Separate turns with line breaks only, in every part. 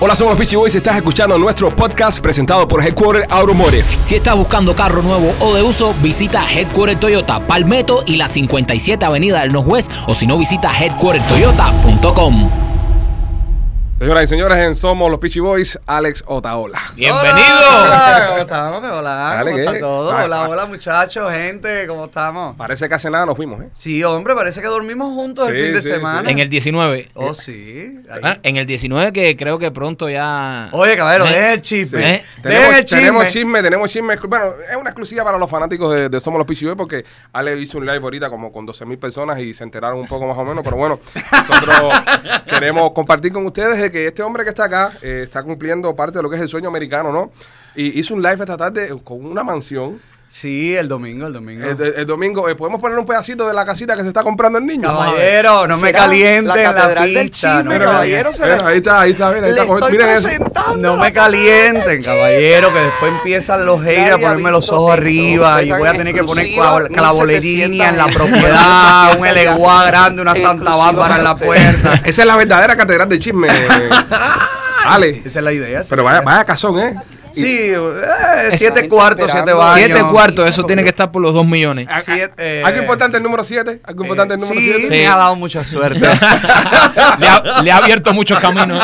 Hola, somos los Peachy Boys. Estás escuchando nuestro podcast presentado por Headquarter Automotive.
Si estás buscando carro nuevo o de uso, visita Headquarter Toyota Palmetto y la 57 Avenida del Northwest o si no, visita headquartertoyota.com.
Señoras y señores, en Somos los Peachy Boys, Alex Otaola.
¡Bienvenido!
Hola, ¿Cómo estamos? Hola,
Dale,
¿cómo
¿qué?
está todo?
Ah,
Hola,
ah.
hola muchachos, gente, ¿cómo estamos?
Parece que hace nada nos fuimos, ¿eh?
Sí, hombre, parece que dormimos juntos
Sí,
el fin de
sí,
semana.
sí.
En el 19.
Oh, sí.
Ah, en el 19 que creo que pronto ya...
Oye, caballero,
¿Eh?
dejen el chisme.
Sí. ¿Eh?
Dejen
Tenemos,
el chisme.
tenemos chisme, tenemos chisme. Bueno, es una exclusiva para los fanáticos de, de Somos los Peachy Boys porque Ale hizo un live ahorita como con 12 mil personas y se enteraron un poco más o menos. Pero bueno, nosotros queremos compartir con ustedes de que este hombre que está acá eh, está cumpliendo parte de lo que es el sueño americano, ¿no? Y hizo un live esta tarde con una mansión.
Sí, el domingo, el domingo.
El, el- el domingo, eh, ¿podemos poner un pedacito de la casita que se está comprando el niño?
Caballero, no me
Será
calienten
la
la,
catedral del
pista.
chisme,
no me
caballero,
calienten.
se la-
Mira, Eh, ahí está, ahí está, mira, ahí
Le
está.
estoy
Miren eso.
presentando
No
la
me
cara del
calienten,
chico.
caballero, que después empiezan los haters a
Nadie ha
ponerme los
visto
ojos
esto.
arriba y
Ustedes
voy a
saben
tener que poner
exclusiva,
clava-
1700
clavolería en la
en-
propiedad, un eleguá grande, una Santa
Exclusiva
Bárbara en la
para ustedes.
puerta.
Esa es la verdadera catedral de chisme. eh. Ale.
Esa es la idea. sí.
Pero vaya, vaya cazón, ¿eh?
Sí, eh, siete
gente
cuartos,
esperando.
siete baños.
Siete cuartos, eso tiene que estar por los 2 millones.
A- a-
Siete, eh,
¿Algo importante el número 7? ¿Algo importante el número
sí,
7?
me ha dado mucha suerte.
le, ha, le ha abierto muchos caminos.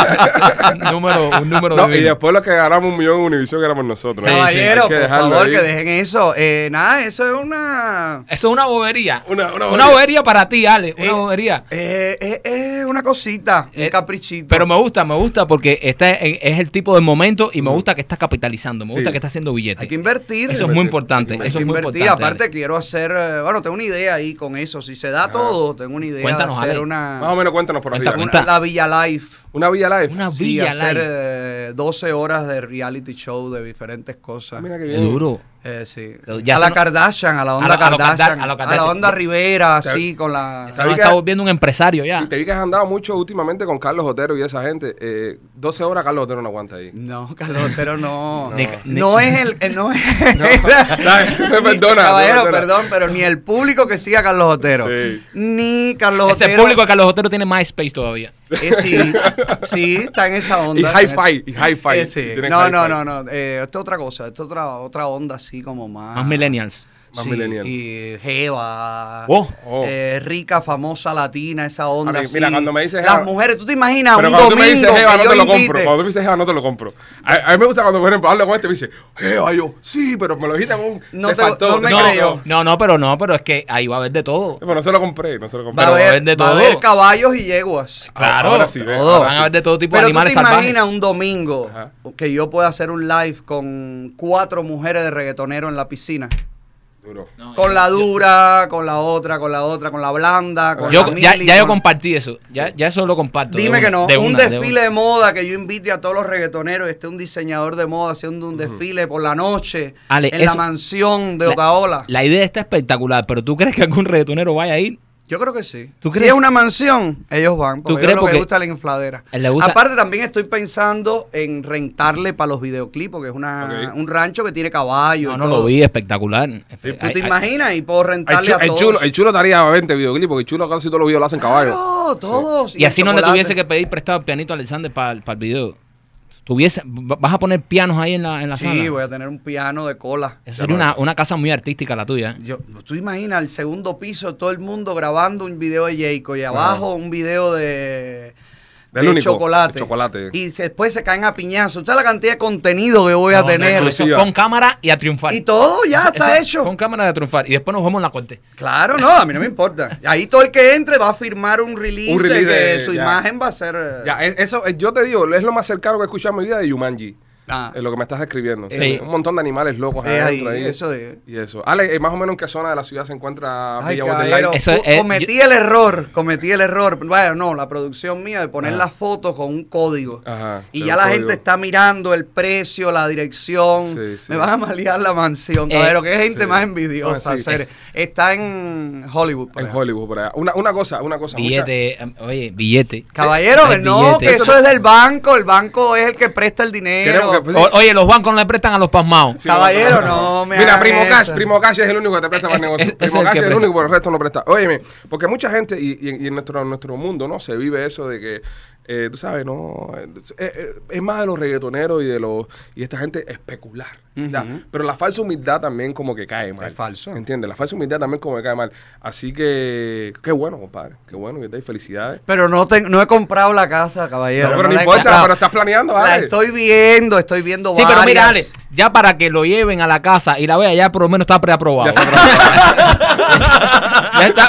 un número, un número
No, y
divino.
después los que ganamos un millón en Univision éramos nosotros. ¿eh?
Caballero,
Hay que
por
dejarlo
favor,
ahí.
que dejen eso. Eh, nada, eso es una...
Eso es una bobería.
Una- una bobería.
bobería. para ti, Ale. Una
Eh,
bobería.
eh, eh, eh, una cosita, un
Eh,
caprichito.
Pero me gusta, me gusta porque está en- es el tipo de momento y me gusta que estás capitalizando, me
Sí.
gusta que estás haciendo billetes.
Mm. Hay que invertir.
Eso es muy importante.
Hay
Eso
que
es muy
invertir.
importante.
Aparte,
Ale.
quiero hacer. eh, Bueno, tengo una idea ahí con eso. Si se da todo, tengo una idea
Cuéntanos,
de hacer
Ale.
una,
Más o menos cuéntanos por
Cuenta,
arriba.
cuenta.
una- La Villa Life.
Una Villa Live.
una
Sí,
villa
hacer
live.
eh, 12 horas de reality show de diferentes cosas.
Ah, Mira que
Qué
bien.
duro.
Eh, sí.
Ya
a la
son-
Kardashian, a la onda
a lo- a lo
Kardashian,
Kardashian, a lo
a la
Kardashian.
onda Rivera, así con la.
Se nos
¿Sabes
está
qué?
volviendo un empresario ya.
Y te vi que has andado mucho últimamente con Carlos Otero y esa gente. Eh, 12 horas Carlos Otero no aguanta ahí.
No, Carlos, pero no.
Ni-
No es el. eh, No es.
Me
Ni-
perdona,
Caballero,
me perdona.
perdón, pero ni el público que sigue a Carlos Otero.
Sí.
Ni Carlos
Ese
Otero.
público de Carlos Otero tiene MySpace todavía.
Eh, sí, sí, está en esa
Y
onda.
hi-fi, y hi-fi.
Eh, sí.
Tienen
No,
hi-fi.
no, no, no. eh, esto es otra cosa. Esto es otra, otra onda así como más.
Ah. Más millennials.
Más
sí,
millennial.
Y Jeva.
Oh.
Oh.
eh, rica, famosa, latina, esa onda.
A mí,
así.
mira, cuando me dices
Las
Jeva-
mujeres, tú te imaginas
Pero
un
cuando
domingo.
tú me dices, Jeva, no
que
te
yo
lo compro.
invite?
Cuando tú me dices, Jeva, no te lo compro. A, a mí me gusta cuando, por ejemplo, hablo con este y me dice, Jeva, yo, sí, pero me lo dijiste con un.
No
te
te-
faltó.
no me creyó.
No, no, pero no, pero es que ahí va a haber de todo.
Pero no se lo compré, no se lo
Va
compré.
a
Pero
haber,
vende
va a
todo.
haber caballos y yeguas.
Claro,
Ahora sí, ¿ves?
todo.
Ahora
Van
sí.
a haber de todo tipo de
Pero tú te
animales salvajes.
imaginas un domingo
Ajá.
que yo pueda hacer un live con cuatro mujeres de reggaetonero en la piscina.
Duro.
Con la dura, con la otra, con la otra, con la blanda, con
Yo-
la
ya,
mili,
ya yo
con-
compartí eso. Ya, ya eso lo comparto. de
Dime
una-
que no.
de
un
una, de
desfile de, moda que yo invite a todos los reggaetoneros y esté un diseñador de moda haciendo un desfile por la noche
Ale,
en la
eso-
mansión de
La-
Otaola.
La idea está espectacular, pero ¿tú crees que algún reggaetonero vaya a ir?
Yo creo que sí.
¿Tú
Si
crees?
es una mansión, ellos van. Porque
¿Tú crees?
yo creo que
Porque
le gusta la infladera.
le gusta-
Aparte, también estoy pensando en rentarle para los videoclips, porque es una,
Ok.
un rancho que tiene caballos.
No,
y
no
todo.
lo vi espectacular.
Sí,
pues, ¿Tú
Ay,
te
ay,
imaginas? Y puedo
El,
rentarle
chu-
a
el
todos.
chulo, el chulo estaría a 20 videoclips, porque el chulo casi todo lo video lo hacen caballo.
Claro, todos.
Y así no le
chocolate.
tuviese que pedir prestado el pianito a Alexander para el video. Tuviese, va- vas a poner pianos ahí en la, en la sala.
Sí, voy a tener un piano de cola.
Eso sería una, una casa muy artística la tuya. ¿eh?
Yo, tú imaginas el segundo piso, todo el mundo grabando un video de Jayco y abajo un video de,
Del único,
chocolate.
de chocolate.
Y se- después se caen a piñazos. Usted la cantidad de contenido que voy a
No,
tener.
no, eso
Exclusiva.
con cámara y a triunfar.
y todo ya está
Eso,
hecho.
Con cámara y a triunfar. Y después nos vemos en la corte.
Claro, no, a mí no me importa. Ahí todo el que entre va a firmar un release,
Un release
de que
de-
su
ya.
imagen va a ser. eh,
Ya, es- eso, eh, yo te digo, es lo más cercano que he escuchado en mi vida de Yumanji.
Ah.
Es lo que me estás describiendo.
Sí.
Sí, Un montón de animales locos
Es ahí,
adentro
eso es.
Y eso. Ale, eh, más o menos en qué zona de la ciudad se encuentra
Ay,
Villa
caballero,
Bordelay.
Eso es- eh,
co- cometí el error, cometí el error. Bueno, no, la producción mía de poner las fotos con un código.
Ajá,
y
sí,
ya
un
la
código.
gente está mirando el precio, la dirección.
Sí, sí.
Me van a malear la mansión,
Eh,
caballero. Qué gente
sí.
más envidiosa.
Ah, sí.
serio.
Es-
Está en Hollywood. por
En
ejemplo.
Hollywood, por allá. Una, una cosa, una cosa. mucha-
Billete, eh, oye, billete.
Caballero,
Hay
no,
Eh, billete.
que eso es del banco. El banco es el que presta el dinero.
Queremos que-
O- oye, los bancos no le prestan a los pasmados.
Sí,
Caballero, no me
Mira,
hagan
Primo
eso.
Cash, Primo Cash es el único que te presta para el
Es-
negocio.
es- es
primo
el
Cash
que
es el
presta.
único, pero el resto no presta. Óyeme, porque mucha gente, y, y- y en nuestro, nuestro mundo, ¿no? Se vive eso de que eh, tú sabes, no. eh, eh, eh, es más de los reggaetoneros y de los y esta gente especular. ¿verdad? Pero la falsa humildad también como que cae mal.
Es falso.
¿Entiendes? La falsa humildad también como que cae mal. Así que, qué bueno, compadre. Qué bueno, que te felicidades.
Pero no, te- no he comprado la casa, caballero.
No, pero no
la he
importa,
comprado.
pero estás planeando,
La
Ale.
estoy viendo, estoy viendo
Sí, pero mira, Ale,
varias.
ya para que lo lleven a la casa y la vea, ya por lo menos está
Ya
preaprobado. Ya
está,
está,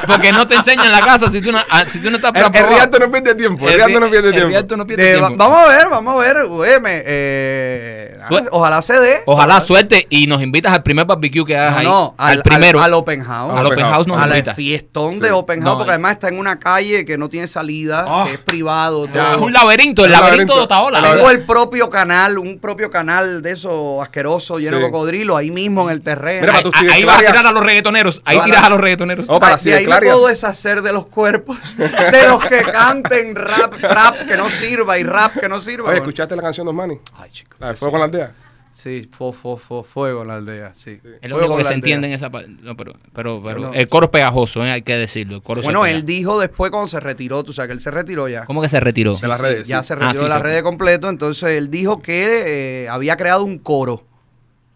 porque no te enseñan la casa si tú no, ah, si tú no estás
el, el
preaprobado.
Rialto no pierde tiempo. El, Rialto no
ri-
pierde
el
tiempo.
Rialto no pierde
De- va-
tiempo.
vamos a ver, vamos a ver. Óyeme, eh,
Sue-
ojalá se dé.
Ojalá suerte y nos invitas al primer barbecue que hagas ahí.
No, al,
al primero.
Al, al open house.
Al open house nos
a la
invitas.
fiestón
Sí.
de Open House,
No,
porque
eh. Ah.
además está en una calle que no tiene salida,
Oh.
que es privado.
Ya.
Es
todo.
un laberinto,
Un
el laberinto,
laberinto.
de Otaola.
El laberinto.
Tengo el propio canal, un propio canal de esos asquerosos, lleno
Sí.
de cocodrilo, ahí mismo en el terreno.
Mira,
Ahí,
para tus
ahí vas a
Claria.
tirar a los reggaetoneros. Ahí
Para-
tiras a los reggaetoneros.
Oh, para
Ay, de ahí me
Sideclarias.
puedo deshacer de los cuerpos de los que canten rap, trap que no sirva y rap que no sirva.
Oye,
bueno.
¿escuchaste la canción de Osmani?
Ay, chico.
La de Fuego con la aldea.
Sí, fo, fo, fo, fuego en la aldea, sí.
Es
Fuego
lo único
en
que
la
se
aldea.
entiende en esa parte. No, pero, pero, pero
No.
el coro es pegajoso, ¿eh? hay que decirlo. el coro se
Bueno,
pega.
él dijo después cuando se retiró, tú sabes que él se retiró ya.
¿Cómo que se retiró?
De las
Sí,
redes.
Ya
sí.
se retiró
Ah, sí,
de las
sí.
redes completo, entonces él dijo que eh, había creado un coro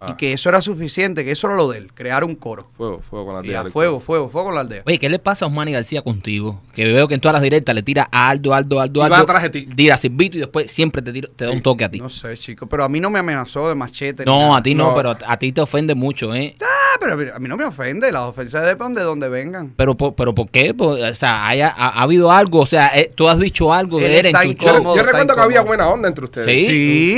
y
Ah.
que eso era suficiente, que eso era lo de él, crear un coro.
Fuego, fuego con la
Y
aldea.
a fuego, fuego, fuego en la aldea.
Oye, ¿qué le pasa a Osmani García contigo? Que veo que en todas las directas le tira a Aldo, Aldo, Aldo,
Y va
Aldo.
atrás de ti.
Tira a Silvito y después siempre te, tira- te da un toque a ti.
No
No,
sé, chico, pero a mí no me amenazó de machete. ni nada.
a ti no,
No.
pero a, a ti te ofende mucho, ¿eh?
Ah, pero a mí- a mí no me ofende, las ofensas dependen de donde vengan.
Pero, por- pero ¿por qué? Por- o sea, haya- ha, ha habido algo, o sea, eh, tú has dicho algo
Él
de él en
está
tu
Yo,
incómodo.
show.
yo
está
recuerdo que había
incómodo.
buena onda entre ustedes.
Sí.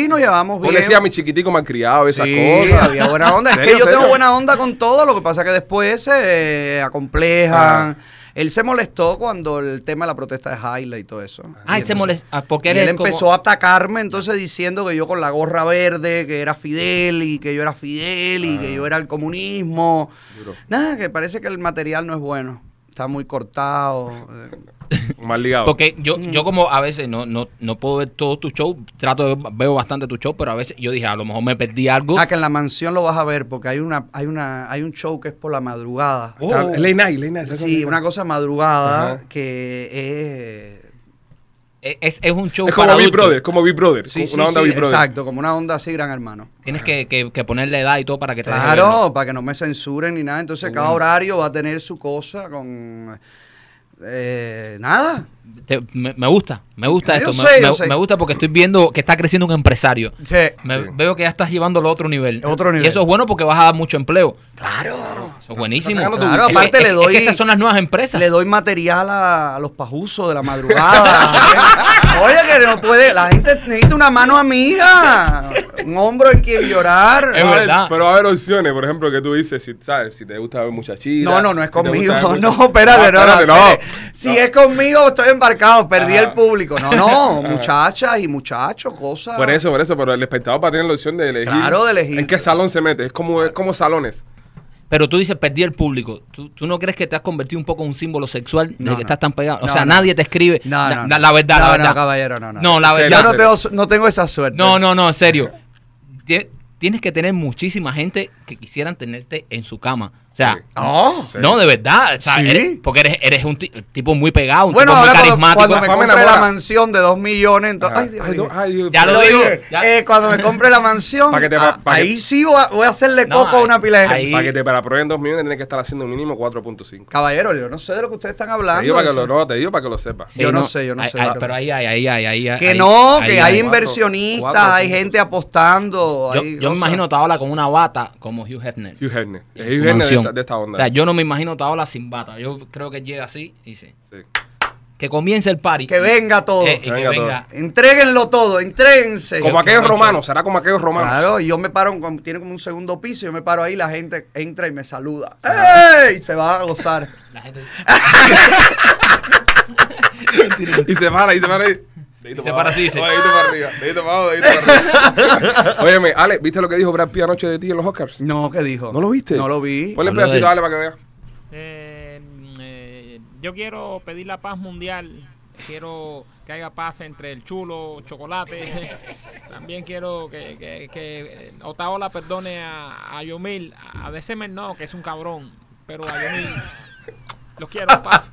Sí, nos llevamos
Yo
bien.
le decía a mi chiquitico malcriado esas
Sí,
cosas.
había buena onda. Es que
Serio,
yo tengo
serio.
buena onda con todo, lo que pasa que después se eh, acomplejan.
Ah.
Él se molestó cuando el tema de la protesta de Jaila y todo eso.
Ah,
Y
él se
entonces-
molesta.
y
Porque
él
eres
empezó
como-
a atacarme entonces diciendo que yo con la gorra verde, que era Fidel y que yo era Fidel y que yo era el comunismo.
Ah. Duro.
Nada, que parece que el material no es bueno. Está muy cortado. eh.
Mal ligado.
Porque yo,
Mm.
yo como a veces no, no, no puedo ver todos tus shows, trato de veo bastante tu show, pero a veces yo dije, a lo mejor me perdí algo.
Ah, que en la mansión lo vas a ver porque hay una hay una hay un show que es por la madrugada.
Oh. Late night, late night.
Sí, una cosa madrugada
Ajá.
que eh, es
E, Es, es un show
Es como
para
Big
adultos.
Brother, es como Big Brother.
sí,
como
sí,
una onda
sí,
Big Brother.
exacto, como una onda así gran hermano.
Tienes que, que, que ponerle edad y todo para que te deje verlo.
Claro, para que no me censuren ni nada. Entonces cada horario va a tener su cosa con eh, nada.
Te- me, me gusta, me gusta
Ah, Yo
esto. me-
sé,
me,
yo sé.
me gusta porque estoy viendo que está creciendo un empresario.
Sí.
Me-
Sí.
Veo que ya estás llevándolo a otro nivel.
Otro nivel.
Y eso es bueno porque vas a dar mucho empleo.
Claro.
Eso es buenísimo.
Estás sacando tu
Claro,
visión.
aparte
Es
le
que-
doy-
es que estas son las nuevas empresas.
Le doy material a, a los pajusos de la madrugada. Oye, que no puede. La gente necesita una mano amiga. Un hombro en quien llorar.
Es
Va a haber-
verdad.
Pero va a haber opciones, por ejemplo, que tú dices, si, ¿sabes? Si te gusta ver muchachitas.
No, no, no es
si te gusta
conmigo.
ver muchas-
No, espérate, no.
espérate, no. Ah.
espérate. Si es conmigo, estoy embarcado. Perdí
Ajá.
el público. No, no. Muchachas y muchachos, cosas.
Ah. Por eso, por eso, pero el espectador va a tener la opción de elegir.
Claro, de elegir.
¿En qué salón se mete? Es como, es como salones.
Pero tú dices, perdí el público. ¿Tú, tú no crees que te has convertido un poco en un símbolo sexual de
No,
que
no.
estás tan pegado? O
No,
sea,
no.
nadie te escribe.
No,
la, la-
no, no.
la verdad, la
No, no,
verdad.
caballero, no, no.
No, la
Sí,
verdad.
Yo no tengo, no tengo esa suerte.
No, no, no, en serio. Tie- Tienes que tener muchísima gente que quisieran tenerte en su cama. O sea,
Sí.
No.
Sí.
no, de verdad. o sea,
Sí.
eres- porque eres, eres un ti- tipo muy pegado, un
Bueno,
tipo muy
ahora cuando,
carismático.
cuando me
La fama
compre la
enamora.
mansión de dos millones, entonces.
Ajá.
Ay, Dios
Ay,
mío.
no, ay, Dios.
Ya ah, lo
Lo
digo.
dije,
ya.
eh, cuando me compre la mansión,
Pa' que te
ah,
va- pa' que-
ahí sí voy a, voy a hacerle
No,
coco a una pila de gente.
ahí-
Para que te para aprueben dos millones, tienes que estar haciendo un mínimo 4.5.
Caballero, yo no sé de lo que ustedes están hablando.
Te digo para que
eso.
lo, no, te digo para que lo sepas.
yo no sé, yo no
Ay,
sé.
ay, pero ahí hay, ahí hay, ahí hay.
que
ahí-
no, que
ahí
hay
Cuatro,
inversionistas,
cuatro,
hay
cinco.
gente apostando.
Yo,
hay
yo me
cosas.
imagino a Taola con una bata como Hugh Hefner.
Hugh Hefner. Es
Su
Hugh Hefner de
mansión.
esta, de esta
O
onda.
sea, yo no me imagino a Taola sin bata. Yo creo que llega así y dice:
Sí.
Que comience el party.
Que venga todo.
Eh, y que
Venga todo.
venga.
Entréguenlo todo, entréguense.
Como aquellos
mucho.
romanos, será como aquellos romanos.
Claro, y yo me paro, como- tiene como un segundo piso, yo me paro ahí, la gente entra y me saluda.
Ah.
¡Ey! Se va a gozar.
La gente
Y te para, y te para. Y,
Y se para así, dice.
Dedito para arriba, dedito para abajo, dedito para arriba. Óyeme, Ale, ¿viste lo que dijo Brad Pitt anoche de ti en los Oscars?
No, ¿qué dijo?
¿No lo viste?
No lo vi.
Ponle
Habló de
pedacito,
él.
Ale, para que veas.
Eh, eh, yo quiero pedir la paz mundial. Quiero que haya paz entre el chulo, chocolate. También quiero que, que, que eh, Otaola perdone a, a Yomil. A Decemel no, que es un cabrón. Pero a Yomil. Los quiero, paz.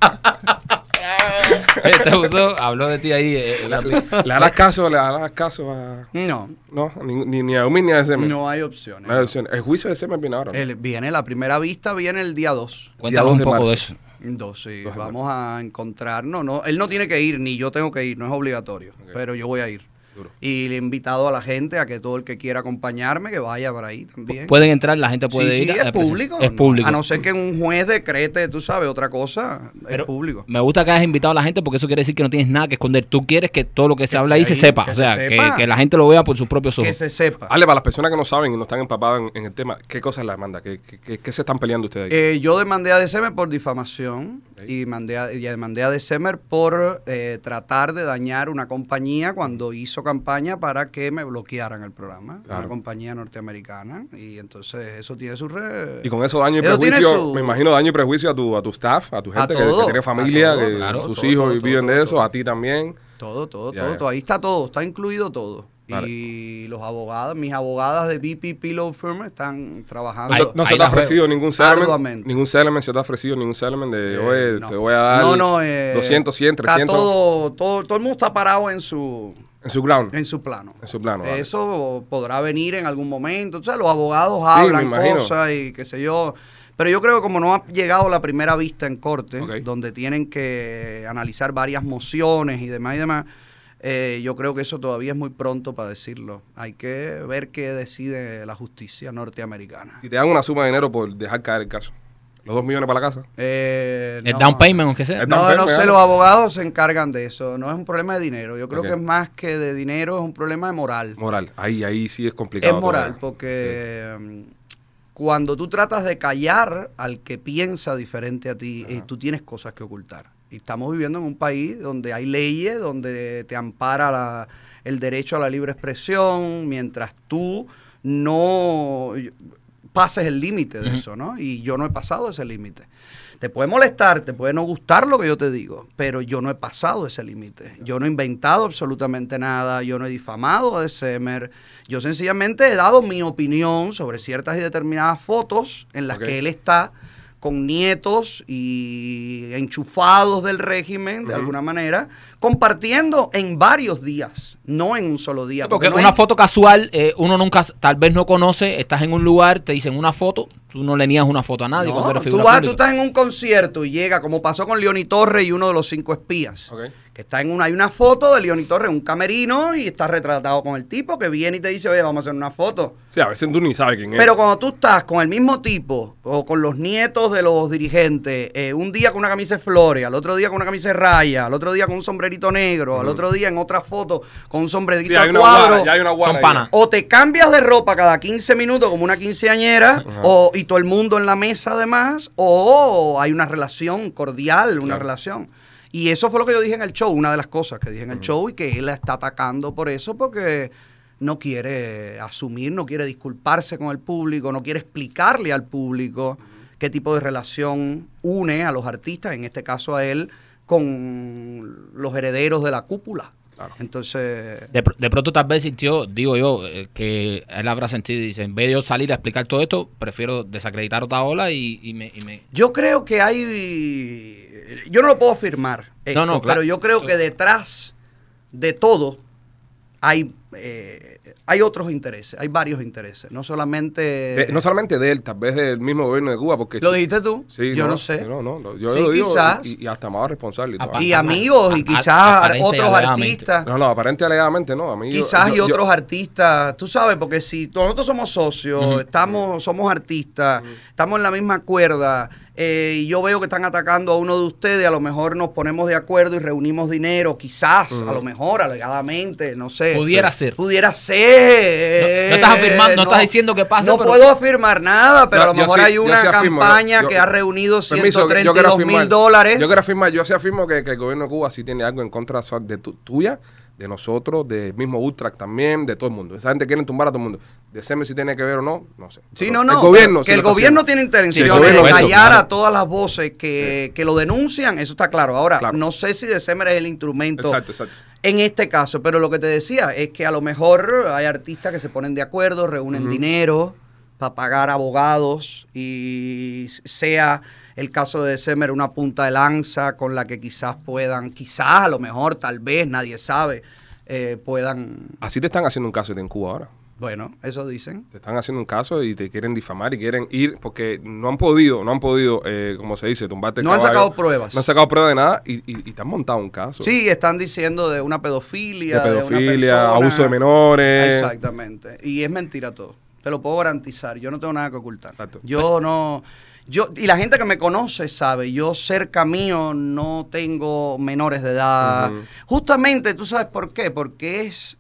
Oye, ¿Te gustó? Habló de ti ahí. eh, el Arli.
¿Le harás caso, le harás caso a...
No,
No, ni, ni, ni a Umi ni a SM.
no hay opciones.
No hay opción. El juicio de SM viene ahora. ¿no?
El- viene la primera vista, viene el día 2.
Cuéntanos
dos
un
de
poco
marzo.
de eso.
Dos, sí.
Dos de
Vamos a encontrarnos. No, él no tiene que ir, ni yo tengo que ir, no es obligatorio, pero yo voy a ir.
Duro.
Y le he invitado a la gente, a que todo el que quiera acompañarme, que vaya para ahí también.
Pueden entrar, la gente puede
sí,
ir.
sí,
a-
es público.
Es
¿no?
público.
A no ser que un juez decrete, tú sabes, otra cosa, es
Pero
público.
Me gusta que hayas invitado a la gente porque eso quiere decir que no tienes nada que esconder. Tú quieres que todo lo que se habla ahí se
ahí,
sepa.
que
O
se
sea, que,
sepa.
que la gente lo vea por sus propios
Que
ojos.
se sepa.
Ale, para las personas que no saben y no están empapadas en, en el tema, ¿qué cosa es la demanda? ¿Qué, qué, qué- qué se están peleando ustedes ahí?
Eh, yo demandé a DCM por difamación y, mandé a, y demandé a DCM E por eh, tratar de dañar una compañía cuando hizo campaña para que me bloquearan el programa.
Claro.
Una compañía norteamericana. Y entonces eso tiene su red.
y con eso daño y
Eso tiene
prejuicio,
su-
me imagino daño y prejuicio a tu, a tu staff, a tu
A
gente que- que,
todo,
tiene
a
familia,
todo,
que
claro,
sus
todo,
hijos
todo,
y viven
todo,
de eso,
todo.
a ti también.
Todo, todo,
Ya,
todo,
ya.
todo. Ahí está todo, está incluido todo.
Vale.
Y los abogados, mis abogadas de BP Pillow Firm están trabajando.
Ahí-
no no se
ahí
te ha
las veo.
ofrecido ningún settlement,
Arduamente.
ningún settlement se te ha ofrecido ningún settlement de,
Eh,
oye,
no.
te voy a dar
No, no, eh,
200, 100,
está
300
todo, todo, todo el mundo está parado en su,
en su ground.
en su plano.
En su plano, vale.
Eso podrá venir en algún momento. O sea, los abogados
me
hablan
imagino.
cosas y qué sé yo. Pero yo creo que como no ha llegado la primera vista en corte,
Ok.
donde tienen que analizar varias mociones y demás y demás, eh, yo creo que eso todavía es muy pronto para decirlo. Hay que ver qué decide la justicia norteamericana.
Si te dan una suma de dinero por dejar caer el caso, los 2 millones para la casa.
Eh,
El
no.
down payment, aunque sea.
El down
No,
payment,
no sé,
¿verdad?
los abogados se encargan de eso. No es un problema de dinero. Yo creo
Ok.
que es más que de dinero, es un problema de moral.
Moral, ahí ahí sí es complicado.
Es moral,
todavía.
porque mm, cuando tú tratas de callar al que piensa diferente a ti, eh, tú tienes cosas que ocultar. Y estamos viviendo en un país donde hay leyes, donde te ampara la- el derecho a la libre expresión, mientras tú no pases el límite de eso, ¿no? Y yo no he pasado ese límite. Te puede molestar, te puede no gustar lo que yo te digo, pero yo no he pasado ese límite. Yo no he inventado absolutamente nada, yo no he difamado a Semer. Yo sencillamente he dado mi opinión sobre ciertas y determinadas fotos en las
Ok.
que él está con nietos y enchufados del régimen, de alguna manera, compartiendo en varios días, no en un solo día.
Sí, porque
no
una
es-
foto casual, eh, uno nunca, tal vez no conoce, estás en un lugar, te dicen una foto, tú no le niegas una foto a
Ah,
nadie
No,
cuando eres
tú,
figura
vas, tú
pública.
estás en un concierto y llega, como pasó con Leoni Torres y uno de los cinco espías.
Ok.
Que está en una, hay una foto de Leoni Torres en un camerino y está retratado con el tipo que viene y te dice, oye, vamos a hacer una foto.
Sí, a veces tú ni sabes quién es.
Pero cuando tú estás con el mismo tipo o con los nietos de los dirigentes, eh, un día con una camisa de flores, al otro día con una camisa de raya, al otro día con un sombrerito negro, al otro día en otra foto con un sombrerito
Sí,
a
hay una
cuadro.
guara, ya hay una guara
Son
ahí.
panas.
O te cambias de ropa cada 15 minutos como una quinceañera o, y todo el mundo en la mesa además, o hay una relación cordial, una relación. Y eso fue lo que yo dije en el show, una de las cosas que dije en el show y que él la está atacando por eso porque no quiere asumir, no quiere disculparse con el público, no quiere explicarle al público qué tipo de relación une a los artistas, en este caso a él, con los herederos de la cúpula.
Claro.
Entonces,
De, pr- de pronto tal vez sintió, digo yo, eh, que él habrá sentido y dice, en vez de yo salir a explicar todo esto, prefiero desacreditar otra ola y, y me... y me-
Yo creo que hay. Yo no lo puedo afirmar. esto,
No, no, claro.
Pero yo creo que detrás de todo hay, eh, hay otros intereses, hay varios intereses. No solamente.
Eh,
De- Eh, no solamente de él, tal vez del mismo gobierno de Cuba, porque...
Eh, ¿Lo dijiste tú?
Sí,
yo no, sé.
No, no, no, yo
Sí,
lo digo
quizás.
y, y hasta más responsable. y todo.
y
a-
amigos, y
a-
quizás
aparente y
otros
alegadamente.
artistas.
No, no, aparente alegadamente no. A mí yo-
Quizás
yo-
y
yo-
otros artistas, tú sabes, porque si nosotros somos socios, estamos, somos artistas, estamos en la misma cuerda, eh, y yo veo que están atacando a uno de ustedes, a lo mejor nos ponemos de acuerdo y reunimos dinero, quizás, a lo mejor, alegadamente, no sé.
Pudiera
Sí.
ser.
Pudiera
No-
ser.
no estás afirmando, no estás diciendo que pasa,
No
pero-
puedo afirmar nada, pero a
Yo-
lo
yo
mejor
sí-
hay
yo
una
sí afirmo,
campaña
yo-
que
yo-
ha reunido
Permiso, yo quiero
132
afirmar-
mil dólares.
Yo quiero afirmar, yo sí afirmo que, que el gobierno de Cuba sí tiene algo en contra so- de tu- tuya, de nosotros, de mismo Ultrac también, de todo el mundo. Esa gente quiere tumbar a todo el mundo. De SEMI si tiene que ver o no, no sé.
Sí,
Pero
no, no.
El gobierno.
que
sí
el
lo está
gobierno
haciendo.
tiene
Sí, el
intención de
gobierno,
callar
claro.
a todas las voces que, que lo denuncian, eso está claro. Ahora,
Claro.
no sé si December es el instrumento
Exacto, exacto.
en este caso, pero lo que te decía es que a lo mejor hay artistas que se ponen de acuerdo, reúnen dinero para pagar abogados y sea El caso de Semer, una punta de lanza con la que quizás puedan, quizás, a lo mejor, tal vez, nadie sabe, eh, puedan.
Así te están haciendo un caso en Cuba ahora.
Bueno, eso dicen.
Te están haciendo un caso y te quieren difamar y quieren ir porque no han podido, no han podido, eh, como se dice, tumbarte el
No han
caballo.
sacado pruebas.
No han sacado pruebas de nada y, y- y te han montado un caso.
Sí, están diciendo de una pedofilia.
De pedofilia,
una persona.
abuso de menores.
Exactamente. Y es mentira todo. Te lo puedo garantizar. Yo no tengo nada que ocultar.
Exacto.
Yo no. Yo, y la gente que me conoce sabe, yo cerca mío no tengo menores de edad.
Ujú.
Justamente, ¿tú sabes por qué? Porque es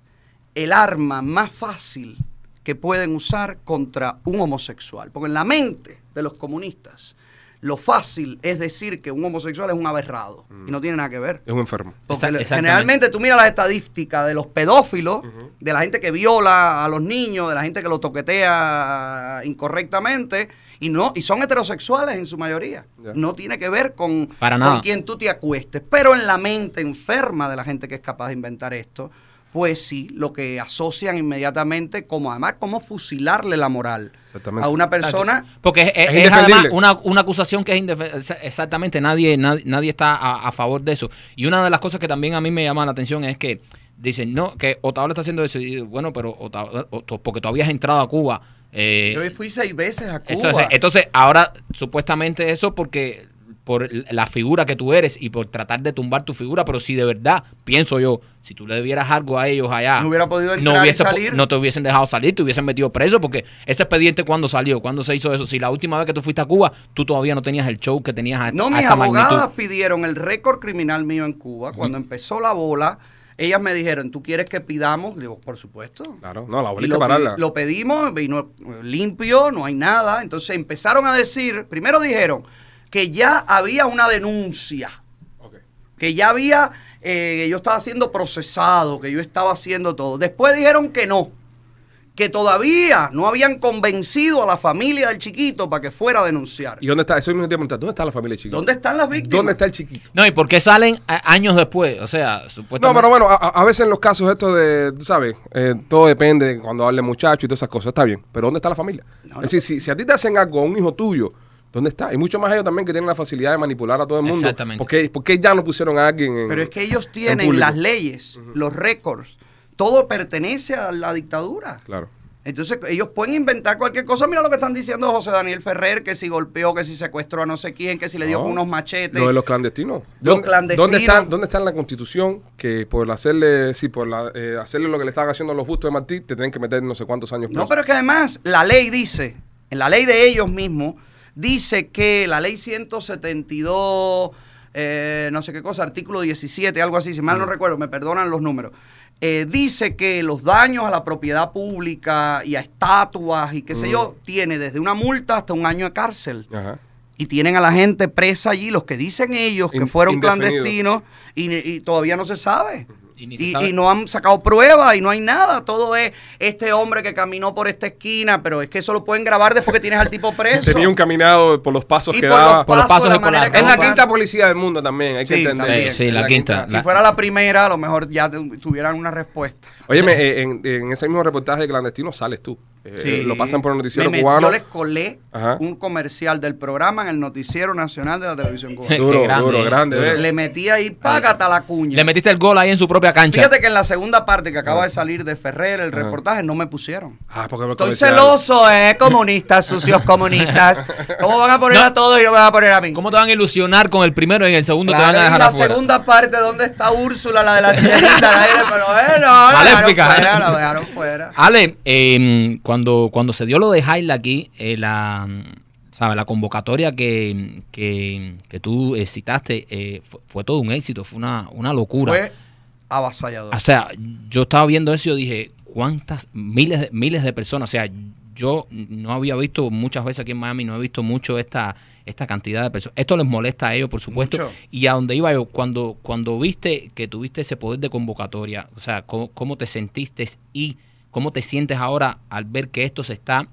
el arma más fácil que pueden usar contra un homosexual. Porque en la mente de los comunistas, lo fácil es decir que un homosexual es un aberrado y
Mm.
no tiene nada que ver.
Es un enfermo.
Porque
Exact-
le-
exactamente.
generalmente tú miras las estadísticas de los pedófilos, de la gente que viola a los niños, de la gente que los toquetea incorrectamente, y no y son heterosexuales en su mayoría.
Ya.
No tiene que ver con,
Para
con
nada.
quien tú te acuestes. Pero en la mente enferma de la gente que es capaz de inventar esto, pues sí, lo que asocian inmediatamente, como además, como fusilarle la moral
Exactamente.
a una persona.
Porque es, es-
Es
es además
indefendible.
una, una acusación que es indefendible. Exactamente, nadie, nadie, nadie está a, a favor de eso. Y una de las cosas que también a mí me llama la atención es que dicen, no, que Otaola está haciendo eso. Y, bueno, pero Otaola- o- to- porque tú habías entrado a Cuba. eh,
Yo fui seis veces a Cuba.
entonces, entonces, ahora supuestamente eso porque por la figura que tú eres y por tratar de tumbar tu figura, pero si de verdad, pienso yo, si tú le debieras algo a ellos allá,
No hubiera podido entrar y
hubiese po-
salir.
no te hubiesen dejado salir, te hubiesen metido preso, porque ese expediente cuando salió, cuando se hizo eso, si la última vez que tú fuiste a Cuba, tú todavía no tenías el show que tenías a,
No,
a
mis
esta
abogadas
magnitud.
pidieron el récord criminal mío en Cuba. Cuando empezó la bola, ellas me dijeron, ¿tú quieres que pidamos? Digo, por supuesto.
Claro, no, la
Y
bolita
lo,
Ah, pararla.
pi- lo pedimos, vino eh, limpio, no hay nada. Entonces empezaron a decir, primero dijeron que ya había una denuncia
Ok.
que ya había, eh, que yo estaba siendo procesado, que yo estaba haciendo todo. Después dijeron que no, que todavía no habían convencido a la familia del chiquito para que fuera a denunciar.
¿Y dónde está? Eso mismo te iba a preguntar, ¿Dónde está la familia chiquita?
¿Dónde están las víctimas?
¿Dónde está el chiquito?
No, ¿y por qué salen a- años después? O sea,
Pues
supuestamente...
No, pero bueno, a, a veces en los casos estos de, tú sabes, eh, todo depende de cuando hable el muchacho y todas esas cosas, está bien, pero ¿dónde está la familia?
No, no.
Es decir, si, si a ti te hacen algo a un hijo tuyo, ¿dónde está? Y mucho más ellos también que tienen la facilidad de manipular a todo el mundo.
Exactamente.
¿Por qué, por qué ya no pusieron a alguien en
Pero es que ellos
en
tienen
público?
las leyes, los récords, todo pertenece a la dictadura.
Claro.
Entonces ellos pueden inventar cualquier cosa. Mira lo que están diciendo José Daniel Ferrer, que si golpeó, que si secuestró a no sé quién, que si le dio
No.
con unos machetes.
Lo de los clandestinos.
Los
¿Dónde-
clandestinos.
¿Dónde están, dónde está en la constitución que por hacerle, sí, por la- eh, hacerle lo que le estaban haciendo a los justos de Martí, te tienen que meter no sé cuántos años
No,
preso?
pero es que además la ley dice, en la ley de ellos mismos, dice que la ley 172, eh, no sé qué cosa, artículo 17, algo así, si mal no recuerdo, me perdonan los números. eh, dice que los daños a la propiedad pública y a estatuas y qué sé yo, tiene desde una multa hasta un año de cárcel.
Ajá.
Y tienen a la gente presa allí, los que dicen ellos que
In-
fueron
indefinido.
clandestinos y, y todavía no se sabe.
Y ni se
Y,
sabe.
y no han sacado pruebas y no hay nada. Todo es este hombre que caminó por esta esquina, pero es que eso lo pueden grabar después que tienes al tipo preso.
Tenía un caminado por los pasos
y
que
por los,
daba.
por los
pasos,
pasos
la
y por
manera
la-
que
Es la
lo van.
quinta policía del mundo también, hay que
Sí,
entender.
también.
Sí, la quinta.
Si fuera la primera, a lo mejor ya te- tuvieran una respuesta.
Óyeme, eh, en, en ese mismo reportaje de clandestino sales tú. Eh,
Sí.
Lo pasan por el noticiero
Me- me-
cubano.
Yo les colé
Ajá.
un comercial del programa en el Noticiero Nacional de la Televisión Cubana.
Duro,
Qué grande,
duro,
eh.
grande.
Duro.
¿ves?
Le metí ahí, págata la cuña.
Le metiste el gol ahí en su propia cancha.
Fíjate que en la segunda parte que
Ah.
acaba de salir de Ferrer, el reportaje, no me pusieron.
Ah, porque me
Estoy
comercial.
celoso, eh, comunistas, sucios comunistas. ¿Cómo van a poner
No.
a todos y no me van a poner a mí?
¿Cómo te van a ilusionar con el primero y en el segundo te
Claro,
van a
y
dejar
la
afuera?
segunda parte, ¿dónde está Úrsula, la de la sirenita? La era, pero eh, no, la
Vale,
dejaron
explica,
fuera,
eh.
la dejaron fuera.
Ale, eh, cuando, cuando se dio lo de Jaila aquí, eh, la, mm, ¿sabe? la convocatoria que, que, que tú eh, citaste eh, fue, fue todo un éxito, fue una, una locura.
Fue avasallador.
O sea, yo estaba viendo eso y yo dije, ¿cuántas miles de, miles de personas? O sea, yo no había visto muchas veces aquí en Miami, no he visto mucho esta, esta cantidad de personas. Esto les molesta a ellos, por supuesto.
Mucho.
Y a donde iba yo, cuando, cuando viste que tuviste ese poder de convocatoria, o sea, ¿cómo, cómo te sentiste y cómo te sientes ahora al ver que esto se está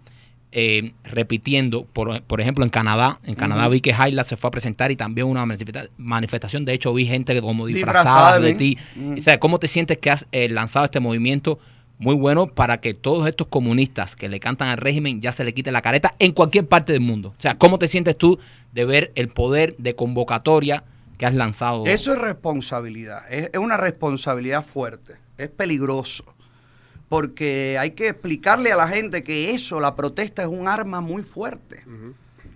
eh, repitiendo? Por, por ejemplo, en Canadá, en Canadá vi que Jaila se fue a presentar y también una manifesta- manifestación. De hecho, vi gente que como disfrazada
Disfrazada,
de
¿eh?
ti. O sea, ¿cómo te sientes que has eh, lanzado este movimiento muy bueno para que todos estos comunistas que le cantan al régimen ya se le quite la careta en cualquier parte del mundo. O sea, ¿cómo te sientes tú de ver el poder de convocatoria que has lanzado?
Eso es responsabilidad, es, es una responsabilidad fuerte, es peligroso, porque hay que explicarle a la gente que eso, la protesta es un arma muy fuerte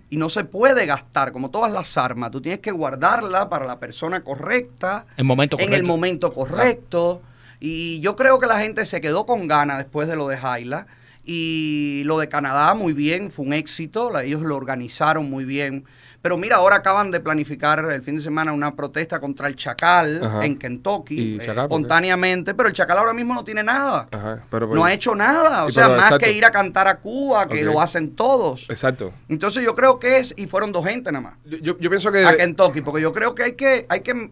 y no se puede gastar, como todas las armas, tú tienes que guardarla para la persona correcta,
El momento
en el
correcto.
momento correcto, y yo creo que la gente se quedó con ganas después de lo de Jaila. Y lo de Canadá, muy bien, fue un éxito, la- ellos lo organizaron muy bien. Pero mira, ahora acaban de planificar el fin de semana una protesta contra el Chacal
Ajá.
en Kentucky,
¿Y
eh,
Chacal por qué?
espontáneamente, pero el Chacal ahora mismo no tiene nada.
Ajá, pero, pues,
No ha hecho nada, o
Sí,
sea,
pero,
más
exacto.
que ir a cantar a Cuba, que
Ok.
lo hacen todos.
Exacto.
Entonces yo creo que es, y fueron dos gente nada más,
Yo, yo- yo pienso que...
a Kentucky, porque yo creo que hay que, hay que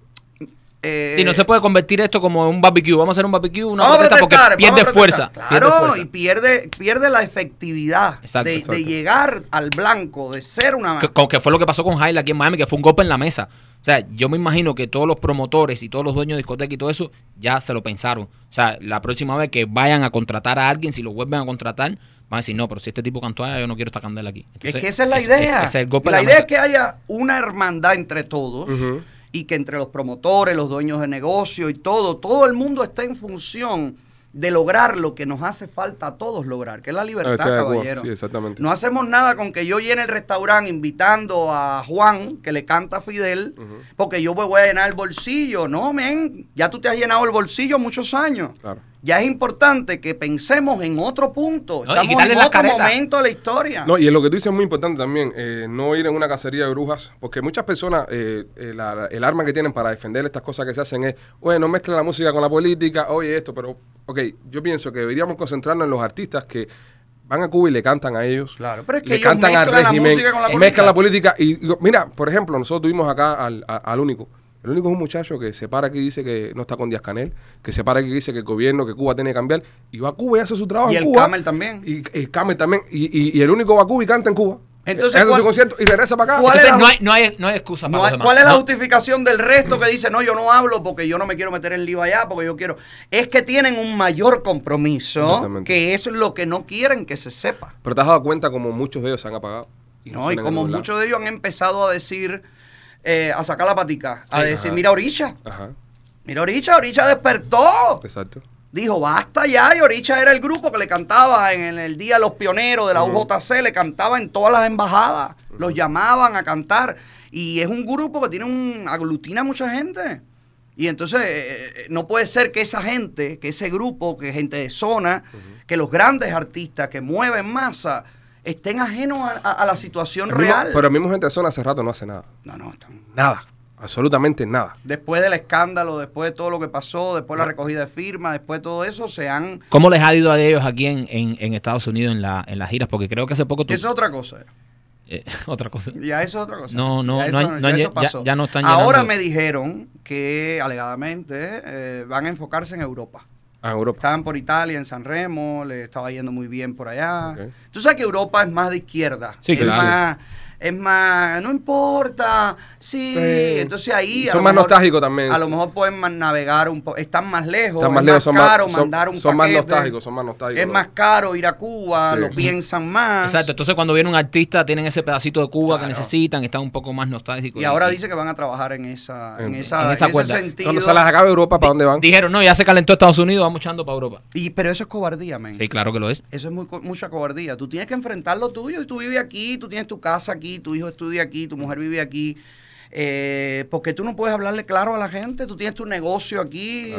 eh,
Si no se puede convertir esto como en un barbecue, vamos a hacer un barbecue, una
Vamos a
protesta porque
protestar,
pierde
vamos a
fuerza.
protestar.
pierde
Claro,
fuerza.
y pierde, pierde la efectividad
Exacto,
de,
exacto.
de llegar al blanco, de ser una.
que, como que fue lo que pasó con Jaila aquí en Miami, que fue un golpe en la mesa. O sea, yo me imagino que todos los promotores y todos los dueños de discoteca y todo eso ya se lo pensaron. O sea, la próxima vez que vayan a contratar a alguien, si lo vuelven a contratar, van a decir, no, pero si este tipo cantó allá, yo no quiero esta candela aquí.
es
Entonces,
que esa es la idea.
ese es el golpe en
la
la
idea es
mesa.
que haya una hermandad entre todos
Ujú.
y que entre los promotores, los dueños de negocio y todo, todo el mundo está en función de lograr lo que nos hace falta a todos lograr, que es la
Ah,
libertad,
estoy de acuerdo.
caballero.
Sí, exactamente.
No hacemos nada con que yo llene el restaurante invitando a Juan, que le canta a Fidel, porque yo me voy a llenar el bolsillo. No, men, ya tú te has llenado el bolsillo muchos años.
Claro.
Ya es importante que pensemos en otro punto.
No, y
Estamos
quitarle
en
la
otro
careta.
momento de la historia.
No, y lo que tú dices es muy importante también, eh, no ir en una cacería de brujas, porque muchas personas, eh, eh, la- la- el arma que tienen para defender estas cosas que se hacen es, oye, no mezcla la música con la política, oye esto, pero, ok, yo pienso que deberíamos concentrarnos en los artistas que van a Cuba y le cantan a ellos.
Claro, pero es que
le
ellos
cantan al
mezclan la
régimen, eh,
música con la
mezclan la
política.
política. Y digo, mira, por ejemplo, nosotros tuvimos acá al, a- al único. El único es un muchacho que se para aquí y dice que no está con Díaz Canel, que se para aquí y dice que el gobierno, que Cuba tiene que cambiar, y va a Cuba y hace su trabajo
Y
en
el
Cuba.
Camel también.
Y, y Camel también. Y, y- y el único va a Cuba y canta en Cuba.
Entonces,
hace
¿cuál-
su concierto y regresa para acá.
cuál
Entonces,
es la-
no, hay, no, hay, no hay excusa Ah, para
No
los
hay-
demás.
¿Cuál es la
No.
justificación del resto que dice, no, yo no hablo porque yo no me quiero meter en lío allá, porque yo quiero... Es que tienen un mayor compromiso,
Exactamente.
que es lo que no quieren que se sepa.
Pero te has dado cuenta como muchos de ellos se han apagado.
No, y
salen a
como
ningún lado.
muchos de ellos han empezado a decir, eh, a sacar la patica, a
Sí.
decir,
Ajá.
mira Oricha,
Ajá,
mira Oricha, Oricha despertó.
exacto.
Dijo, basta ya, y Oricha era el grupo que le cantaba en el, el Día de los Pioneros de la
Ujú.
UJC, le cantaba en todas las embajadas, los llamaban a cantar, y es un grupo que tiene un, aglutina a mucha gente. Y entonces eh, eh, no puede ser que esa gente, que ese grupo, que gente de zona, que los grandes artistas que mueven masa, estén ajenos a, a- a la situación
El mismo-
real.
pero el mismo gente de zona hace rato no hace nada.
No, no, están-
Nada. Absolutamente nada.
Después del escándalo, después de todo lo que pasó, después de la recogida de firmas, después de todo eso, se han...
¿Cómo les ha ido a ellos aquí en, en- en Estados Unidos en, la, en las giras? Porque creo que hace poco tú...
Eso es otra cosa.
Eh, otra cosa.
Ya eso es otra cosa.
No, no,
ya
no hay- no hay- ya- ya no están
Ahora
llenando.
me dijeron que alegadamente eh, van a enfocarse en Europa.
A Ah, Europa.
Estaban por Italia, en San Remo, le estaba yendo muy bien por allá.
Ok.
Tú sabes que Europa es más de izquierda.
Sí,
es
claro.
más, es más, no importa, sí,
Sí.
entonces ahí... a
Son
lo
más
mejor-
nostálgicos también.
A lo mejor pueden más navegar un poco, están más lejos,
Están más
es
lejos, son más-
caro
son-
mandar un
son más
paquete,
nostálgicos, son más nostálgicos.
Es más caro ir a Cuba,
Sí.
lo piensan más.
Exacto, entonces cuando viene un artista tienen ese pedacito de Cuba que
Ah. Claro.
necesitan, están un poco más nostálgicos.
Y ahora dice que van a trabajar en esa,
En-
en esa,
en esa
en ese
cuerda.
sentido.
Cuando se las acabe Europa, ¿para dónde van?
Dijeron, no, ya se calentó Estados Unidos, vamos echando para Europa.
Y, pero eso es cobardía, men.
Sí, claro que lo es.
Eso es muy co- mucha cobardía. Tú tienes que enfrentar lo tuyo y tú vives aquí, tú tienes tu casa aquí, tu hijo estudia aquí, tu mujer vive aquí. Eh, ¿Por qué tú no puedes hablarle claro a la gente? Tú tienes tu negocio aquí.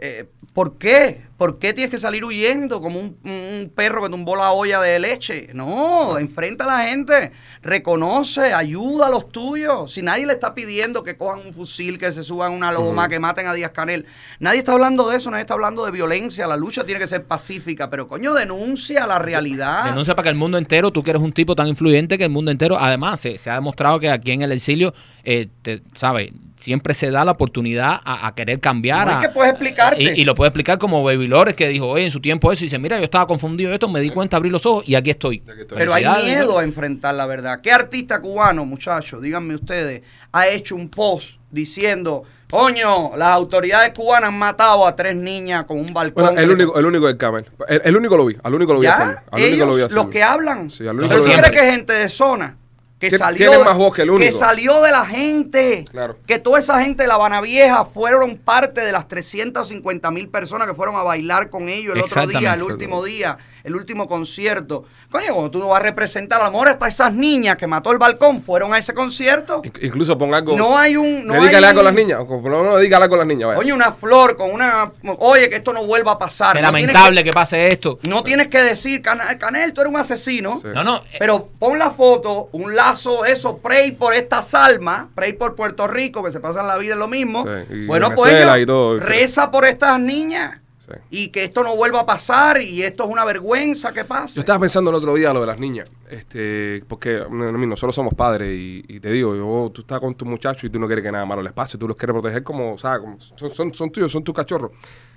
Eh, ¿Por qué? ¿Por qué tienes que salir huyendo como un, un perro que tumbó la olla de leche? No, enfrenta a la gente, reconoce, ayuda a los tuyos. Si nadie le está pidiendo que cojan un fusil, que se suban a una loma, que maten a Díaz Canel, nadie está hablando de eso, nadie está hablando de violencia. La lucha tiene que ser pacífica, pero coño, denuncia la realidad.
Denuncia para que el mundo entero, tú que eres un tipo tan influyente que el mundo entero, además, se, se ha demostrado que aquí en el exilio, eh, te, ¿sabes? siempre se da la oportunidad a, a querer cambiar.
No es
a-
que puedes explicarte.
Y, y lo puede explicar como Baby Lores, que dijo, oye, en su tiempo eso, y dice, mira, yo estaba confundido de esto, me di cuenta, abrí los ojos y aquí estoy.
Aquí estoy.
Pero hay
Felicidades,
miedo a enfrentar la verdad. ¿Qué artista cubano, muchachos, díganme ustedes, ha hecho un post diciendo, coño, las autoridades cubanas han matado a tres niñas con un balcón?
Bueno,
que
el
le-
único, el único del Camel. El, el único lo vi. Al único lo vi hacerlo.
¿Ya?
Al único
Ellos,
lo vi hacerlo.
los que hablan.
Sí, al único
¿Usted
lo vi
sí
hacerlo.
cree que es gente de zona? Que
Tien-
salió,
tienen más voz que el único.
salió de la gente.
Claro.
Que toda esa gente de La Habana Vieja fueron parte de las 350 mil personas que fueron a bailar con ellos el otro día, el
Exactamente.
último día, el último concierto. Coño, cuando tú no vas a representar, a lo mejor hasta esas niñas que mató el balcón fueron a ese concierto.
Inc- Incluso pon algo.
No hay un. No
dedícale
hay
algo a las
un-
niñas. pues. o Por lo menos dedícale algo a las niñas. vaya.
Coño, una flor con una. Oye, que esto no vuelva a pasar.
Qué
No tienes que-
lamentable que pase esto.
no tienes que decir, Canel, Canel, tú eres un asesino.
Sí.
No, no, eh,
Pero pon la foto, un lazo, eso, pray por estas almas, pray por Puerto Rico, que se pasan la vida en lo mismo.
Sí, y
bueno, pues
Venezuela
ellos,
y todo.
reza por estas niñas
Sí.
y que esto no vuelva a pasar y esto es una vergüenza que
Yo
pasa.
estaba pensando el otro día lo de las niñas, este, porque no, no, nosotros somos padres y, y te digo, yo, tú estás con tus muchachos y tú no quieres que nada malo les pase, tú los quieres proteger como, o sea, como son, son, son tuyos, son tus cachorros.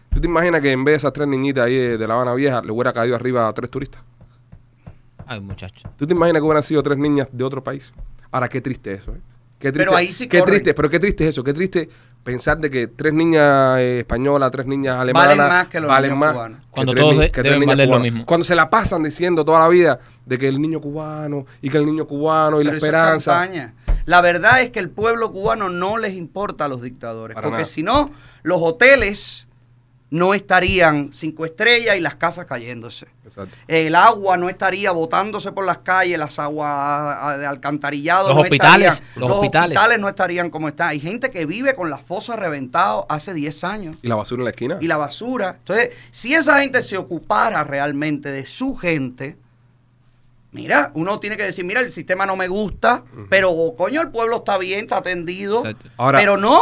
¿Tú te imaginas que en vez de esas tres niñitas ahí de de La Habana Vieja le hubiera caído arriba a tres turistas?
eh, Ay, muchacho.
¿Tú te imaginas que hubieran sido tres niñas de otro país? Ahora, qué triste eso, ¿eh? Qué triste,
Pero ahí sí
qué
corren.
triste, pero qué triste es eso, qué triste pensar de que tres niñas eh, españolas, tres niñas alemanas
más que los niños
más
cubanos.
que
Cuando
tres
todos
ni-
de-
que tres
deben
niñas
valer lo
cubanas.
mismo.
Cuando se la pasan diciendo toda la vida de que el niño cubano y que el niño cubano y
Pero
la
eso es
esperanza.
campaña. La verdad es que el pueblo cubano no les importa a los dictadores,
Para
porque
nada.
si no, los hoteles no estarían cinco estrellas y las casas cayéndose.
Exacto.
El agua no estaría botándose por las calles, las aguas de alcantarillado.
Los
no
hospitales,
estarían-
los
los hospitales.
hospitales.
no estarían como están. Hay gente que vive con las fosas reventadas hace 10 años
Y la basura en la esquina.
y la basura. Entonces, si esa gente se ocupara realmente de su gente, mira, uno tiene que decir, mira, el sistema no me gusta, pero coño, el pueblo está bien, está atendido.
Exacto.
Ahora-
pero no,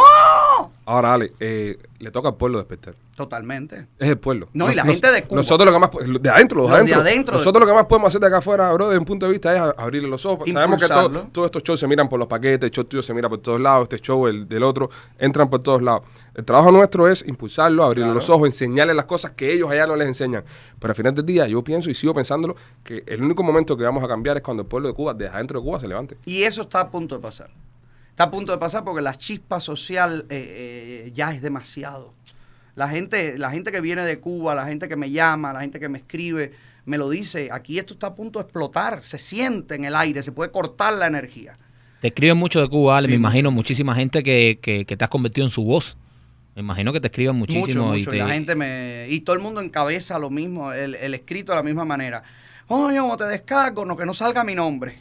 Ahora, Ale, eh, le toca al pueblo despertar.
totalmente.
Es el pueblo.
No, y
Nos-
la
nos-
gente de Cuba.
Nosotros lo que más. po- De adentro,
Los
de
de
adentro.
adentro.
Nosotros lo que más podemos hacer de acá afuera, bro, desde un punto de vista, es a- abrirle los ojos. Sabemos que todo-
Impulsarlo.
todos estos shows se miran por los paquetes, el show tuyo se mira por todos lados, este show el del otro, entran por todos lados. El trabajo nuestro es impulsarlo, abrirle los ojos, enseñarles las cosas que ellos allá no les enseñan. Pero al final del día, yo pienso y sigo pensándolo que el único momento que vamos a cambiar es cuando el pueblo de Cuba, de adentro de Cuba, se levante.
Y eso está a punto de pasar. Está a punto de pasar porque la chispa social eh, eh, ya es demasiado. La gente, la gente que viene de Cuba, la gente que me llama, la gente que me escribe, me lo dice, aquí esto está a punto de explotar, se siente en el aire, se puede cortar la energía.
Te escriben mucho de Cuba, Ale,
Sí,
me imagino muchísima gente que, que, que te has convertido en su voz. Me imagino que te escriben muchísimo.
mucho,
y
mucho. Y
te-
la gente me. Y todo el mundo encabeza lo mismo, el, el escrito de la misma manera. Oye, como te descargo, no, que no salga mi nombre.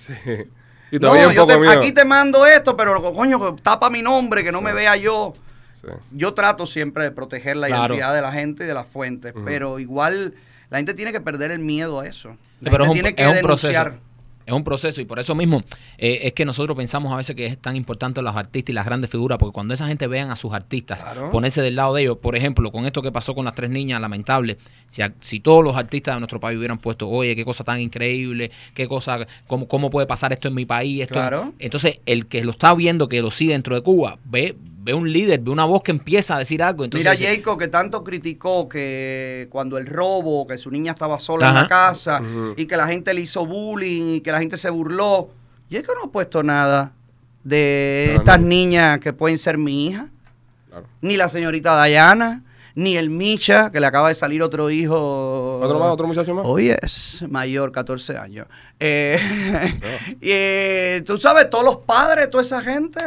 Y
no,
todavía un
yo
poco de
te-
miedo.
aquí te mando esto, pero coño, tapa mi nombre, que no me vea yo.
Sí.
Yo trato siempre de proteger la
Claro.
identidad de la gente y de las fuentes, pero igual la gente tiene que perder el miedo a eso. La
Pero es
gente
un,
tiene que
es un proceso.
denunciar.
Es un proceso y por eso mismo eh, es que nosotros pensamos a veces que es tan importante los artistas y las grandes figuras, porque cuando esa gente vean a sus artistas ponerse del lado de ellos, por ejemplo, con esto que pasó con las tres niñas, lamentable, si, a- si todos los artistas de nuestro país hubieran puesto, oye, qué cosa tan increíble, qué cosa, cómo, cómo puede pasar esto en mi país, esto.
Claro.
Entonces, el que lo está viendo, que lo sigue dentro de Cuba, ve, ve un líder, ve una voz que empieza a decir algo. Entonces,
Mira,
dice,
Jacob, que tanto criticó que cuando el robo, que su niña estaba sola en la
Ajá.
casa
Ujú.
y que la gente le hizo bullying y que la gente se burló. Jacob no ha puesto nada de
No,
estas
no.
niñas que pueden ser mi hija,
Claro.
ni la señorita Dayana, ni el Micha, que le acaba de salir otro hijo.
¿Otro más? ¿Otro muchacho más?
Hoy es mayor, 14 años. Eh, y, eh, tú sabes, todos los padres, toda esa gente,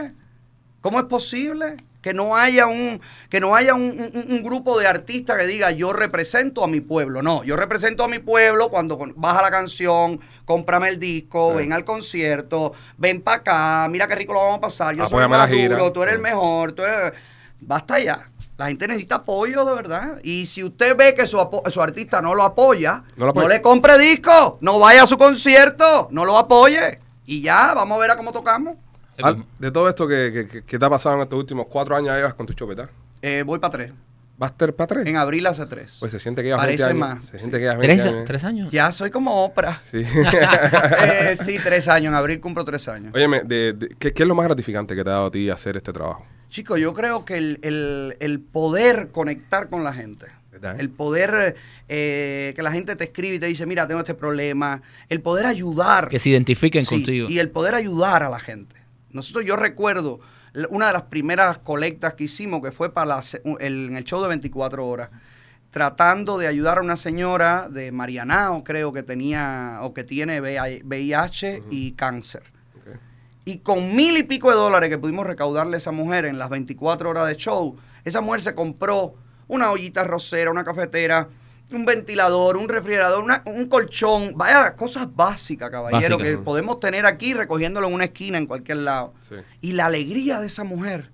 ¿cómo es posible que no haya un, que no haya un, un- un grupo de artistas que diga yo represento a mi pueblo? No, yo represento a mi pueblo cuando con- baja la canción, cómprame el disco, ven al concierto, ven para acá, mira qué rico lo vamos a pasar, yo soy el
Apóyame la
más
gira.
duro, tú eres el
Sí.
mejor, tú eres- Basta ya. La gente necesita apoyo, de verdad. Y si usted ve que su, apo- su artista no lo apoya,
No
no,
lo apoya.
le compre disco, no vaya a su concierto, no lo apoye. Y ya, vamos a ver a cómo tocamos.
"Sí,
Ah, de todo esto que, que- que- que te ha pasado en estos últimos cuatro años, ahí vas con tu chopeta.
Eh, voy para tres.
¿Vas a estar para tres?
En abril hace tres.
Pues se siente que llevas
Parece
20 años.
más,
Se
sí.
siente que llevas 20
¿Tres,
años.
tres años?
Ya soy como Oprah.
Sí.
Eh, sí, tres años. En abril cumplo tres años.
Óyeme, de- de- ¿qué, qué es lo más gratificante que te ha dado a ti hacer este trabajo?
Chicos, yo creo que el, el- el poder conectar con la gente.
¿Verdad?
El poder eh, que la gente te escribe y te dice, mira, tengo este problema. El poder ayudar.
Que se identifiquen
Sí,
contigo.
Y el poder ayudar a la gente. Nosotros, yo recuerdo l- una de las primeras colectas que hicimos, que fue para la se- un- el- en el show de 24 horas, tratando de ayudar a una señora de Marianao, creo que tenía o que tiene VI VIH y cáncer.
Ok.
Y con mil y pico de dólares que pudimos recaudarle a esa mujer en las 24 horas de show, esa mujer se compró una ollita rosera, una cafetera, un ventilador, un refrigerador, una- un colchón. Vaya, cosas básicas, caballero,
Básicas,
que
sí.
podemos tener aquí recogiéndolo en una esquina, en cualquier lado.
Sí.
Y la alegría de esa mujer,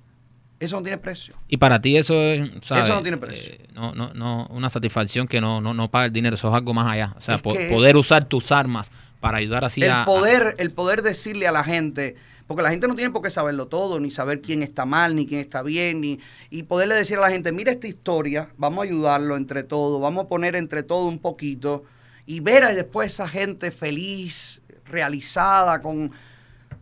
eso no tiene precio.
Y para ti eso es, ¿sabes?
Eso no tiene precio.
Eh, no, no, no, una satisfacción que no, no, no paga el dinero, eso es algo más allá. O sea,
Es
po-
que-
poder usar tus armas para ayudar así a...
el
ah.
a-
poder, el poder decirle a la gente, porque la gente no tiene por qué saberlo todo, ni saber quién está mal, ni quién está bien, ni y poderle decir a la gente, mira esta historia, vamos a ayudarlo entre todos, vamos a poner entre todo un poquito y ver a después esa gente feliz, realizada con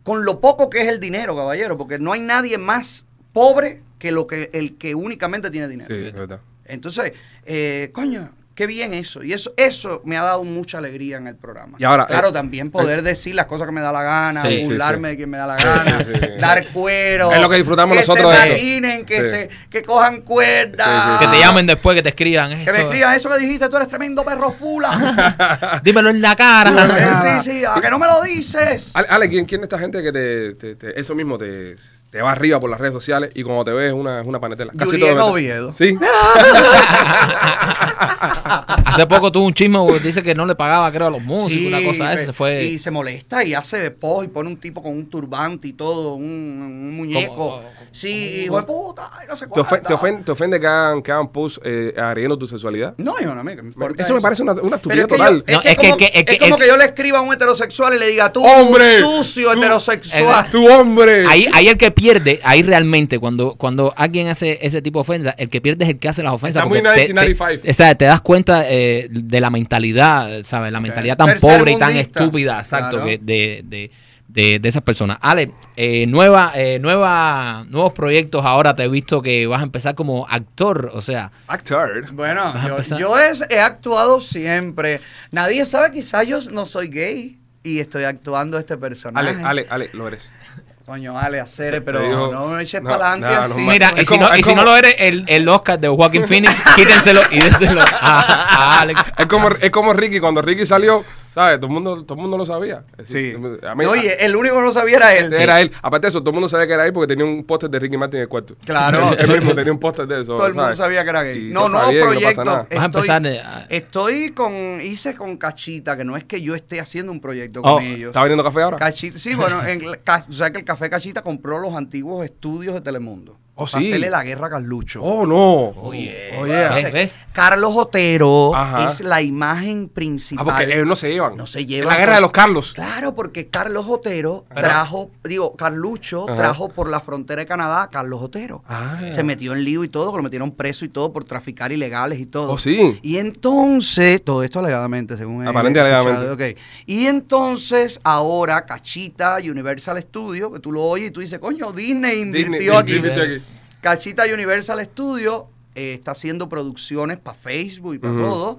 con lo poco que es el dinero, caballero, porque no hay nadie más pobre que lo que el que únicamente tiene dinero.
Sí, es verdad.
Entonces, eh, coño, qué bien eso. Y eso, eso me ha dado mucha alegría en el programa.
Y ahora,
claro,
eh,
también poder decir las cosas que me da la gana,
Sí, sí,
burlarme
sí.
de quien me da la gana,
sí, sí.
dar cuero.
Es lo que disfrutamos nosotros
Que
de
se
esto.
maquinen, que,
Sí.
se, que cojan cuerda.
Sí,
Que te llamen después, que te escriban
Ah. Que
eso.
me escriban eso que dijiste, tú eres tremendo perro fula.
Dímelo en la cara.
Eh, sí, sí, a que no me lo dices.
Ale, Ale, ¿quién, ¿quién de esta gente que te, te- te- eso mismo te, te va arriba por las redes sociales y cuando te ves una, es una panetela?
Julieta
todo-
Oviedo.
Sí.
Hace poco tuvo un chisme, güey, dice que no le pagaba, creo, a los músicos,
Sí, pues,
una cosa esa.
pe-
Se fue...
Y se molesta y hace post y pone un tipo con un turbante y todo, un, un muñeco.
Como- como-
sí, hijo de puta, y no sé
¿Te, ofen-
cuánto.
te, ofen- te ofende que hagan, que hagan posts eh, agrediendo tu sexualidad?
No, yo no me me importa
Eso me parece una, una estupidez
Pero es que,
total.
yo- es
No,
que
es que-
como,
que- es
es
que-
como
es-
que yo le escriba a un heterosexual y le diga, tú,
¡Hombre!
un sucio
Tú-
heterosexual.
¡Tu hombre!
Ahí, ahí el que pierde, ahí realmente, cuando, cuando alguien hace ese tipo de ofensa, el que pierde es el que hace las ofensas.
Está muy
porque te- te-
1995.
o sea, te das cuenta eh, de la mentalidad, ¿sabes? La mentalidad tan
Tercer
pobre y tan
mundista.
estúpida, exacto,
Claro.
que de, de- de- de esas personas. Ale, eh, nueva, eh, nueva, nuevos proyectos ahora. Te he visto que vas a empezar como actor, o sea,
Actor.
Bueno,
Vas a
yo,
empezar.
yo es- he actuado siempre. Nadie sabe, quizás yo no soy gay y estoy actuando este personaje.
Ale, Ale, Ale, lo eres.
Coño, Ale, hacer, pero
Te digo,
no me eches
no,
para adelante
no, no,
así.
no,
Mira,
Es
y, si,
como-
no,
es
y si no
como-
lo eres, el, el Oscar de Joaquín Phoenix, quítenselo y déselo a, a Alex.
Es como, es como Ricky, cuando Ricky salió, ¿sabes? Todo el mundo, todo el mundo lo sabía. Es
Sí.
decir, a mí-
Oye, el único que no sabía era él.
Era él. Aparte de eso, todo el mundo sabía que era él porque tenía un póster de Ricky Martin en el cuarto.
Claro.
Él mismo tenía un póster de eso.
Todo el mundo
¿sabes?
sabía que era
Y
gay. No,
está
no,
bien, pasa
proyecto.
nada.
Vas a empezar, eh, a-
estoy con, hice con Cachita, que no es que yo esté haciendo un proyecto
Oh,
con ellos.
¿Está vendiendo café ahora?
Cachita, sí, bueno, en, la- ca- o sea que el Café Cachita compró los antiguos estudios de Telemundo.
Oh,
Para
sí.
hacerle la guerra a Carlucho. Eh,
Oh, no.
Oye.
Oh, yeah.
¿Ves? ¿Ves?
Carlos Otero
Ajá.
es la imagen
Ah,
principal.
porque ellos no se llevan.
No se llevan
Es la guerra
por-
de los Carlos.
Claro, porque Carlos Otero trajo, digo, Carlucho
Ajá.
trajo por la frontera de Canadá a Carlos Otero.
Ah.
Se metió en lío y todo, que lo metieron preso y todo por traficar ilegales y todo.
Oh, sí.
Y entonces, todo esto alegadamente, según él,
Aparente
he escuchado,
alegadamente.
ok. Y entonces, ahora, Cachita, Universal Studio, que tú lo oyes y tú dices, coño, Disney
Disney-
invirtió aquí.
Disney invirtió aquí.
Cachita Universal Studio eh, está haciendo producciones para Facebook y para
Ujú.
todo,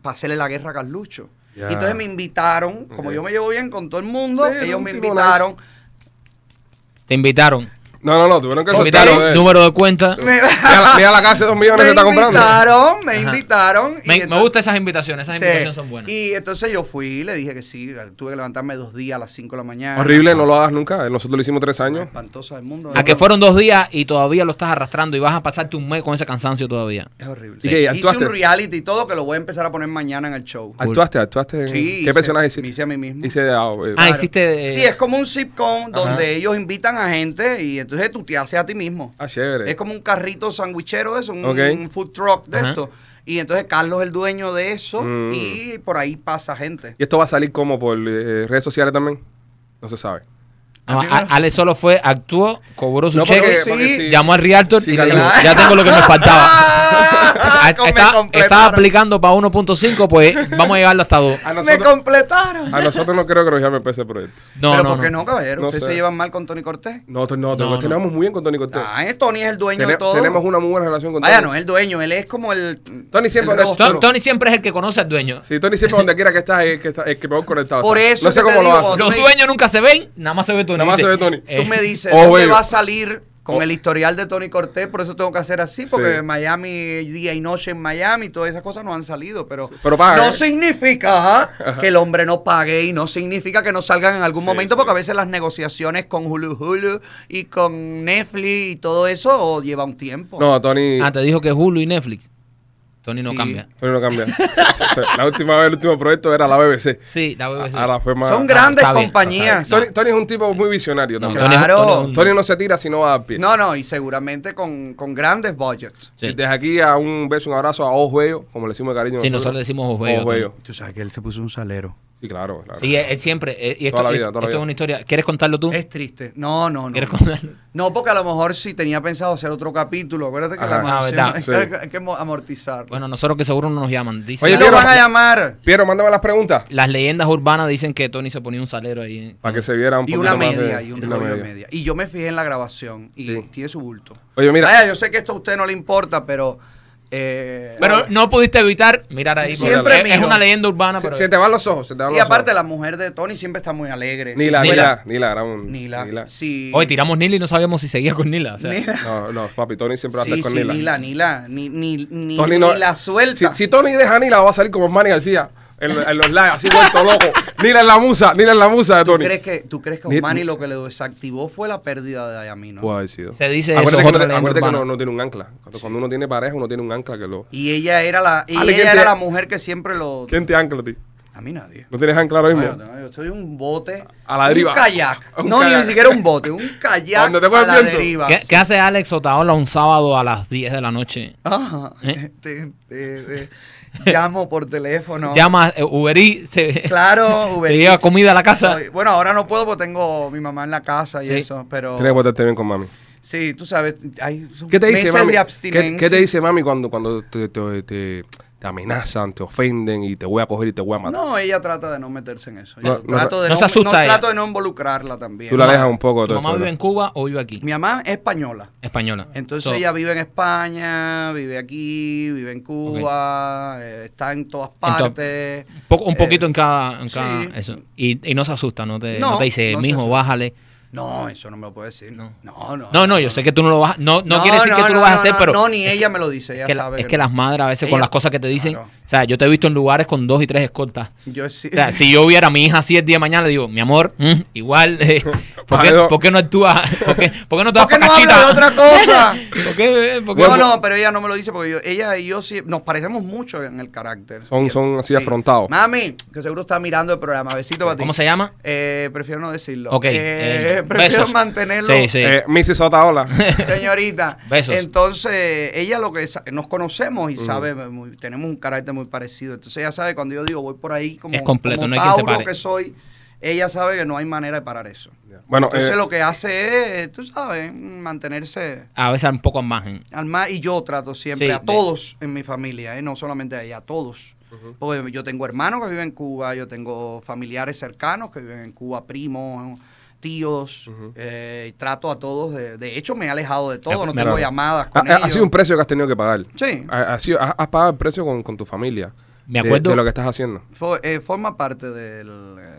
para hacerle la guerra a Carlucho.
Ya.
Y entonces me invitaron, como
Ok.
yo me llevo bien con todo el mundo,
Pero
ellos
un
me
tipo
invitaron.
Te invitaron.
No, no, no. Tuvieron que
Te
soltarlo.
invitaron. Número de cuenta.
Me,
Mira, mira la casa de dos millones
me
que está comprando.
invitaron, me invitaron. y
Me, me
entonces-
gustan esas invitaciones, esas
Sí.
invitaciones son buenas.
Y entonces yo fui, le dije que sí, tuve que levantarme dos días a las 5 de la mañana.
Horrible, no lo hagas nunca. Nosotros lo hicimos tres años.
Espantosa del mundo.
a que fueron dos días y todavía lo estás arrastrando y vas a pasarte un mes con ese cansancio todavía.
Es horrible.
¿Y qué,
Hice
actuaste?
un reality y todo que lo voy a empezar a poner mañana en el show.
Actuaste, actuaste. en-
Sí,
¿Qué
hice-
personaje
me
hiciste?
hice a mí mismo.
Hice, ah, eh,
Ah, hiciste. eh,
Sí, es como un sitcom donde ellos invitan a gente y entonces tú te haces a ti mismo.
ah, chévere.
Es como un carrito sandwichero de eso, un,
Ok.
un food truck de
Ajá.
esto. Y entonces Carlos es el dueño de eso
Mm.
y por ahí pasa gente.
¿Y esto va a salir como por eh, redes sociales también? No se sabe.
No, a- Ale solo fue, actuó, cobró su
No, porque-
cheque,
porque sí.
llamó al Realtor
Sí,
y le dijo,
claro.
ya tengo lo que me faltaba.
Ah,
Está-
me completaron.
estaba aplicando para 1.5,
Eh,
pues vamos a llevarlo hasta 2.
A
Me
nosotros,
completaron.
a nosotros no creo que nos llamen para ese proyecto.
No,
Pero
no,
¿por qué
no.
no, caballero?
No
¿Ustedes
sé.
se llevan mal con Tony Cortés?
No, no, no,
No,
nos
no.
tenemos muy bien con Tony Cortés.
Ah, Tony es el dueño de
Tene-
todo.
tenemos una muy buena relación con
Vaya,
Tony.
no es el dueño, él es como el.
Tony siempre
el
era-
rostro.
Tony, Tony siempre es el que conoce al dueño.
Sí, Tony siempre donde quiera que estás es que está, es que peor conectado.
Por
está.
eso
No sé
que te
cómo lo
digo,
hace.
no-
Los
me-
dueños nunca se ven, nada más se ve Tony.
Nada más
Dice, eh,
se ve Tony.
Tú me dices,
oh,
¿dónde
baby. Oh.
va a salir con el historial de Tony Cortés? Por eso tengo que hacer así, porque
Sí.
Miami, día y noche en Miami, todas esas cosas no han salido, pero,
Pero paga,
no
¿eh?
significa ajá, que el hombre no pague y no significa que no salgan en algún
Sí,
momento,
sí.
porque a veces las negociaciones con Hulu Hulu y con Netflix y todo eso oh, lleva un tiempo.
No, Tony.
Ah, te dijo que Hulu y Netflix. Tony no
Sí.
cambia.
Tony no cambia. la última vez, el último proyecto era la BBC.
Sí, la BBC.
Ahora fue más.
Son grandes
está bien,
compañías.
Ah, Tony, Tony es un tipo muy visionario
No,
también.
Tony es-
Claro.
Tony es un-
Tony no se tira si no va a dar pie.
No, no, y seguramente con, con grandes budgets.
Sí.
Y Desde aquí a un beso, un abrazo a Ojuello, como le decimos de cariño.
Sí, nosotros le decimos Ojuello,
Ojuello.
Tú sabes que él se puso un salero.
Sí, claro, claro.
Sí, él, él siempre. eh, y esto,
Toda la vida,
esto-
toda la
esto
vida.
es una historia. ¿Quieres contarlo tú?
Es triste. No, no, no.
¿Quieres contarlo?
No, porque a lo mejor sí tenía pensado hacer otro capítulo. Acuérdate que
Ajá.
la
Ah,
mansión-
verdad.
hay, que, hay que mo- amortizar.
Bueno, nosotros que seguro no nos llaman. Dice,
Oye,
Sí lo
Piero-
van a llamar.
Piero, mándame las preguntas.
Las leyendas urbanas dicen que Tony se ponía un salero ahí. eh.
Para que se viera un
Y
poquito
una
más de-
media, y un
una
rollo de media. Y yo me fijé en la grabación y
Sí.
tiene su bulto.
Oye, mira.
Vaya, yo sé que esto a usted no le importa, pero. eh,
Pero
nada.
no pudiste evitar mirar ahí. porque
Siempre
es- es,
miro.
una leyenda urbana.
se,
pero-
se te van los ojos, se te van
Y
los
aparte,
ojos.
la mujer de Tony siempre está muy alegre.
Ni la,
Sí,
ni
Nila.
la, ni la, era un.
Nila.
Nila.
Sí.
Hoy tiramos Nila y no sabíamos si seguía con Nila. o sea.
Nila.
No, no, papi, Tony siempre va a estar
Sí,
con
sí,
Nila.
Nila, Nila. Ni, ni, ni,
Tony
ni
no-
la suelta.
Si, si Tony deja a Nila, va a salir como Manny García en, en los lives, así vuelto loco. Nila es la musa, Nila es la musa de
¿Tú
Tony.
crees que, ¿Tú crees que a
Ni-
Osmani lo que le desactivó fue la pérdida de Ayamino?
Puede haber sido.
Se dice
Acuérdate
eso,
que,
otra
no-
leyenda
acuérdate que
urbana.
no, no tiene un ancla. Cuando, cuando uno tiene pareja, uno tiene un ancla que lo.
Y ella era la, y
Ale, ¿quién
ella era
te-
la mujer que siempre lo.
¿Quién te ancla a ti?
A mí nadie.
¿No tienes ancla ahora
No,
mismo?
yo, no, yo soy un bote.
A la
un
deriva.
Kayak.
Un
no,
kayak.
ni siquiera un bote, un kayak.
Donde te
a
coge el
la
viento.
deriva.
¿Qué, qué hace Alex Otaola un sábado a las 10 de la noche?
Ah, este, eh, eh, llamo por teléfono.
Llama eh, Uber Eats, te-
Claro, Uber
te lleva
Eats.
comida a la casa.
Soy- Bueno, ahora no puedo porque tengo mi mamá en la casa y
Sí.
eso, pero
Tienes que portarte bien con mami.
sí, tú sabes, hay
¿Qué te dice
meses
mami?
de
¿Qué,
abstinencia.
qué te dice mami cuando, cuando te, te- te- te amenazan, te ofenden y te voy a coger y te voy a matar?
No, ella trata de no meterse en eso.
No,
Yo
no
trato de
se- no se asusta ella.
trato de no involucrarla también.
Tú la alejas un poco de
¿Tu
todo
mamá
esto,
vive en Cuba o vive aquí?
Mi mamá es española.
Española.
Entonces
So,
ella vive en España, vive aquí, vive en Cuba, eh, está en todas partes.
poco- un poquito
Eh,
en cada. en cada-
sí.
eso. Y, y no se asusta, no te, no,
No,
te dice,
no se
mijo,
asusta.
bájale.
No, eso no me lo puedo decir. No, no.
No, no, yo sé que tú no lo vas. No, no, quiere decir que tú
no,
lo vas a
no,
hacer,
no,
pero.
No, ni ella me lo dice,
Es
ella
que, la-
sabe.
es que las madres a veces con
Ella-
las cosas que te dicen.
Claro.
O sea, yo te he visto en lugares con dos y tres escoltas.
Yo sí.
O sea, si yo viera a mi hija así el día de mañana, le digo, mi amor, mm, igual, eh, ¿por, qué,
Vale, no.
por qué no actúas? ¿Por qué, por qué no te vas
¿Por
pa'
qué no habla
cachita?
de otra cosa?
¿Por qué? eh, por qué?
No, no, pero ella no me lo dice porque yo- ella y yo sí nos parecemos mucho en el carácter.
Son-
Y-
son así afrontados.
Mami, que seguro está mirando el programa. Besito para ti.
¿Cómo se llama?
Eh, prefiero no decirlo.
Ok.
Eh,
eh,
prefiero
besos.
mantenerlo.
Sí, sí.
Eh, Mrs. Otaola.
Señorita.
Besos.
Entonces, ella lo que sa- nos conocemos y
Mm.
sabe, muy- tenemos un carácter muy parecido. Entonces, ella sabe cuando yo digo voy por ahí como,
Es completo,
como
no hay quien te
Tauro
pare.
que soy, ella sabe que no hay manera de parar eso.
bueno,
Entonces,
eh,
lo que hace es, tú sabes, mantenerse
A veces un poco al margen.
al mar y yo trato siempre
Sí,
a
de-
todos en mi familia, ¿eh? no solamente a ella, a todos. Porque yo tengo hermanos que viven en Cuba, yo tengo familiares cercanos que viven en Cuba, primos, tíos, eh, y trato a todos. De, de hecho, me he alejado de todo, no
Me-
tengo
me-
llamadas
ha,
con
ha- ha
ellos.
sido un Ah. precio que has tenido que pagar.
Sí.
Ha, ha sido, ha- has pagado el precio con, con tu familia.
Me
de-
acuerdo-
De, lo que estás haciendo.
Fo- eh, forma parte del, eh,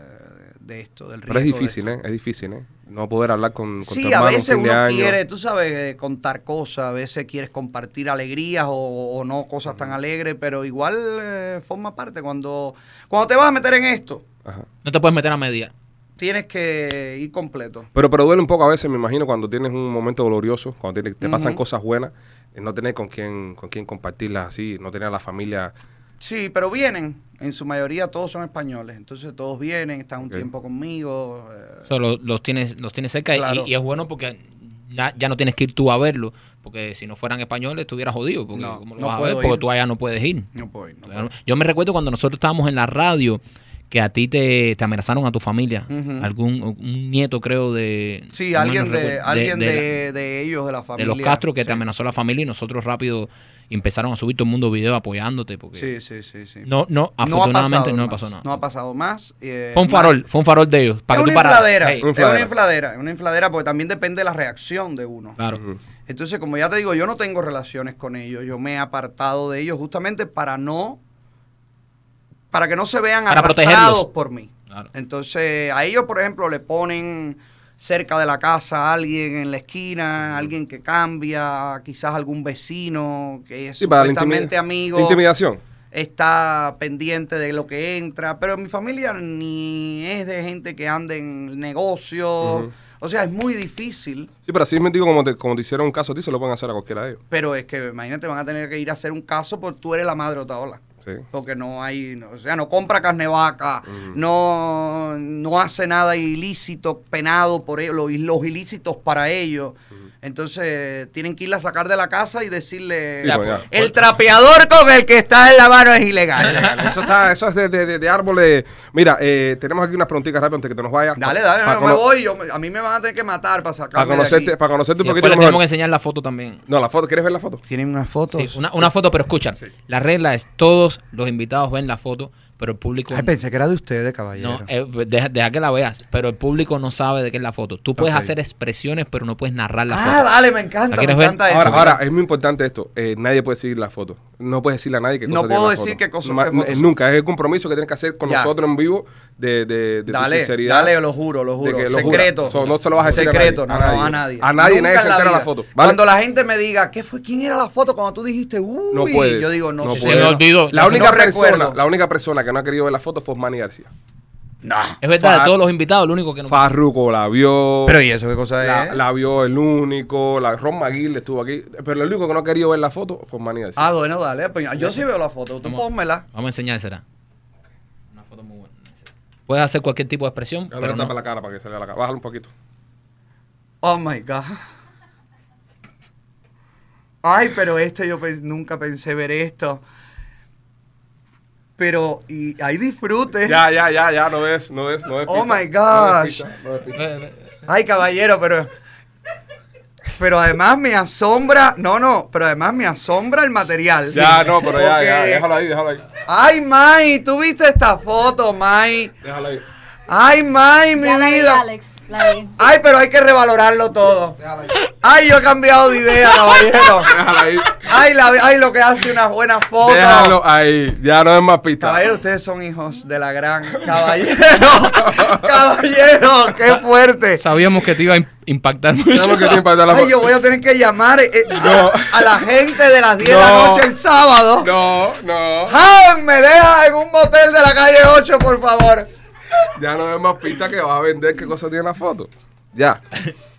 de esto, del
Pero es
riesgo de
difícil,
esto.
¿eh? Es difícil, ¿eh? No poder hablar con, con tu
Sí, a
hermano
veces
un fin de
uno
año.
quiere, tú sabes, eh, contar cosas, a veces quieres compartir alegrías o, o no cosas tan alegres, pero igual eh, forma parte. Cuando, cuando te vas a meter en esto,
Ajá.
No te puedes meter a media.
tienes que ir completo.
Pero, pero duele un poco a veces, me imagino, cuando tienes un momento glorioso, cuando tienes- te pasan
Ujú.
cosas buenas, eh, no tener con quién, con quién compartirlas así, no tener a la familia.
Sí, pero vienen, en su mayoría todos son españoles, entonces todos vienen, están un
Ok.
tiempo conmigo. eh,
O sea, lo- los, tienes, los tienes cerca y-
Claro.
y, es bueno porque na- ya no tienes que ir tú a verlo. Porque si no fueran españoles, estuvieras jodido. Porque,
No,
¿cómo lo
no
vas a ver?
puedo
porque
ir.
tú allá no puedes ir.
no puedo ir, no puedo ir.
Yo me recuerdo cuando nosotros estábamos en la radio,
que a ti te, te amenazaron a tu familia.
Ujú.
Algún un nieto, creo, de. si mal
Sí,
no
alguien, de,
recuerdo,
alguien de,
de la-
de ellos, de la familia.
de los Castro que
Sí.
te amenazó la familia y nosotros rápido empezaron a subir todo el mundo video apoyándote. Porque
Sí, sí, sí. sí.
No, no,
ha
afortunadamente
pasado
no,
más,
pasó nada.
No ha pasado más. eh,
fue un
más-
farol, fue un farol de ellos. Para que
es una
tú pararas. Hey,
infladera, es
Infladera.
una infladera, es una infladera, porque también depende de la reacción de uno.
claro.
Entonces, como ya te digo, yo no tengo relaciones con ellos, yo me he apartado de ellos justamente para no, para que no se vean
Para
arrastrados
protegerlos.
por mí.
Claro.
Entonces, a ellos, por ejemplo, le ponen cerca de la casa a alguien en la esquina, alguien que cambia, quizás algún vecino que es
Sí, para la
supuestamente
intimida-
amigo
Intimidación.
está pendiente de lo que entra, pero mi familia ni es de gente que ande en negocio,
Ujú.
o sea, es muy difíl,
Sí, pero así es mentido como te, como te hicieron un caso a ti, se lo pueden hacer a cualquiera de ellos.
pero es que imagínate, van a tener que ir a hacer un caso porque tú eres la madre Otaola.
Sí.
Porque no hay, no- o sea, no compra carne vaca, no, no hace nada ilícito, penado por ellos, los, los ilícitos para ellos. Entonces tienen que irla a sacar de la casa y decirle,
Sí, pues, ya.
el trapeador con el que está en la mano es ilegal.
Eso, está, eso es de, de, de- de árboles. Mira, eh, tenemos aquí unas preguntitas rápidas antes que te nos vayas.
Dale, dale,
Pa-
no
pa-
me voy. Yo, me- a mí me van a tener que matar
Para
para sacarme de
conocerte,
aquí.
para conocerte
Sí,
un
después
poquito
le tenemos que
mejor.
enseñar la foto también.
No, la foto, ¿quieres ver la foto?
¿Tienen unas fotos?
Sí, una, una foto, pero escucha, la regla es todos los invitados ven la foto, pero el público
Ay, pensé que era de ustedes, caballero.
no, eh, deja, deja que la veas, pero el público no sabe de qué es la foto. Tú puedes
Ok.
hacer expresiones, pero no puedes narrar la
ah,
foto.
dale, me
¿La
encanta, me
quieres ver?
encanta eso.
Ahora, ahora, es muy importante esto. eh, nadie puede decir la foto. No puedes decirle a nadie que
No puedo decir qué cosa- qué fotos son.
Nunca. Es el compromiso que tienes que hacer con
Ya.
nosotros en vivo de, de, de tu
dale,
sinceridad.
dale, lo juro, lo juro.
que lo jura.
Secreto.
So, no se lo vas a decir a
Secreto,
nadie,
no,
a
no, a nadie.
nadie. A nadie,
Nunca
nadie se
en
entera la
vida.
foto, ¿vale?
Cuando la gente me diga, ¿qué fue? ¿Quién era la foto? Cuando tú dijiste, uy,
No puedes,
yo digo, no,
no
sé.
puedes. Se me
olvidó.
La
No
única, persona,
recuerdo.
la única persona que no ha querido ver la foto fue Osmani García.
Es verdad,
Fa-
de todos los invitados, el único que no.
Farruko la vio.
Pero, ¿y eso qué cosa es?
la, la vio el único. La, Ron McGill estuvo aquí. Pero el único que no ha querido ver la foto fue Osmani García.
Ah, bueno, dale. pues, yo sí veo la foto, tú
Vamos.
pónmela.
Vamos a enseñársela. Una foto muy buena. Puedes hacer cualquier tipo de expresión,
Ahora
pero no.
tapa la cara para que salga la cara. Bájalo un poquito.
Oh my God. Ay, pero esto yo pe- nunca pensé ver esto. Pero y ahí disfrute.
Ya, ya, ya, ya. No ves, no ves, no ves. pista.
Oh
No
my
ves
gosh.
pista, no ves pista.
Ay, caballero, pero pero además me asombra, no, no, pero además me asombra el material.
Ya, no, pero ya, ya.
Porque-
Déjalo ahí, déjalo ahí.
Ay, May, tú viste esta foto, May.
Déjalo ahí.
Ay, May, mi
Ya la vi,
vida.
Alex, la vi.
Ay, pero hay que revalorarlo todo. Ay, yo he cambiado de idea, caballero.
Déjalo ahí.
Ay, la, ay, lo que hace una buena foto.
Déjalo ahí. Ya no es más pista.
Caballero, ustedes son hijos de la gran. Caballero, caballero, qué fuerte.
Sabíamos que te iba a im- impactar mucho.
Déjalo que te impacta la
Ay, yo
foto.
voy a tener que llamar eh, eh,
No.
a, a la gente de las 10 de la
No.
noche el sábado.
No, no.
¡Jan, me deja en un motel de la calle 8, por favor!
Ya no es más pista que vas a vender qué cosa tiene la foto. Ya.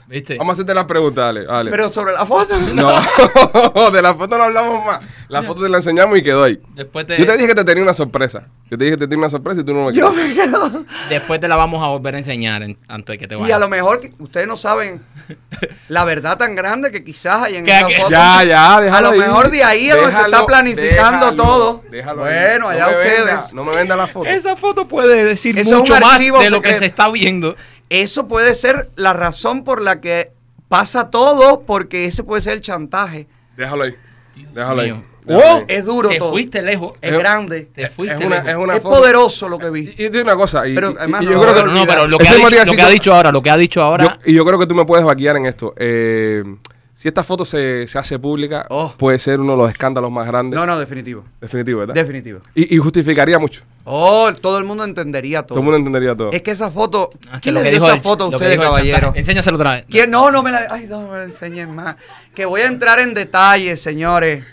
¿Viste?
Vamos a hacerte la pregunta, dale. dale.
Pero sobre la foto.
No, de la foto no hablamos más. La foto te la enseñamos y quedó ahí.
Después te,
Yo te dije que te tenía una sorpresa. Yo te dije que te tenía una sorpresa y tú no me
Yo
crees.
me quedo.
después te la vamos a volver a enseñar en- antes de que te vayas.
Y a lo mejor que- ustedes no saben la verdad tan grande que quizás hay en
Que-
esa
que-
foto.
Ya, ya, déjalo.
A lo mejor de ahí es donde se
Déjalo,
está planificando
déjalo,
todo.
déjalo ahí.
bueno, allá
No me
ustedes.
venda, no me venda la foto.
Esa foto puede decir
Eso es
mucho
un
más de
archivo
lo que
secreto.
se está viendo.
Eso puede ser la razón por la que pasa todo, porque ese puede ser el chantaje.
Déjalo ahí. Déjalo ahí.
mío.
Déjalo ahí.
Es duro
Te
todo.
fuiste lejos. eh,
es
Es-
grande.
Te fuiste
es una,
lejos.
es una
es
foto.
poderoso lo que vi.
Y, y digo una cosa. Y,
Pero,
y- y
hermano,
yo
no
creo
lo
que.
No, no, pero lo que,
Ese
ha dicho,
María
lo que
Cito-
ha dicho ahora, lo que ha dicho ahora.
Yo- y yo creo que tú me puedes vaquear en esto. Eh, si esta foto se, se hace pública,
Oh.
puede ser uno de los escándalos más grandes.
No, no, definitivo.
Definitivo, ¿verdad?
Definitivo.
y, y justificaría mucho.
Oh, todo el mundo entendería todo.
Todo el mundo entendería todo.
Es que esa foto.
Ah, que
¿Quién
lo
le
que
dio
dijo
esa
el-
foto a
lo que
ustedes,
dijo el chantaje.
caballero?
Enséñaselo otra vez.
¿Quién? No, no me la. Ay, no me la enseñen más. Que voy a entrar en detalles, señores.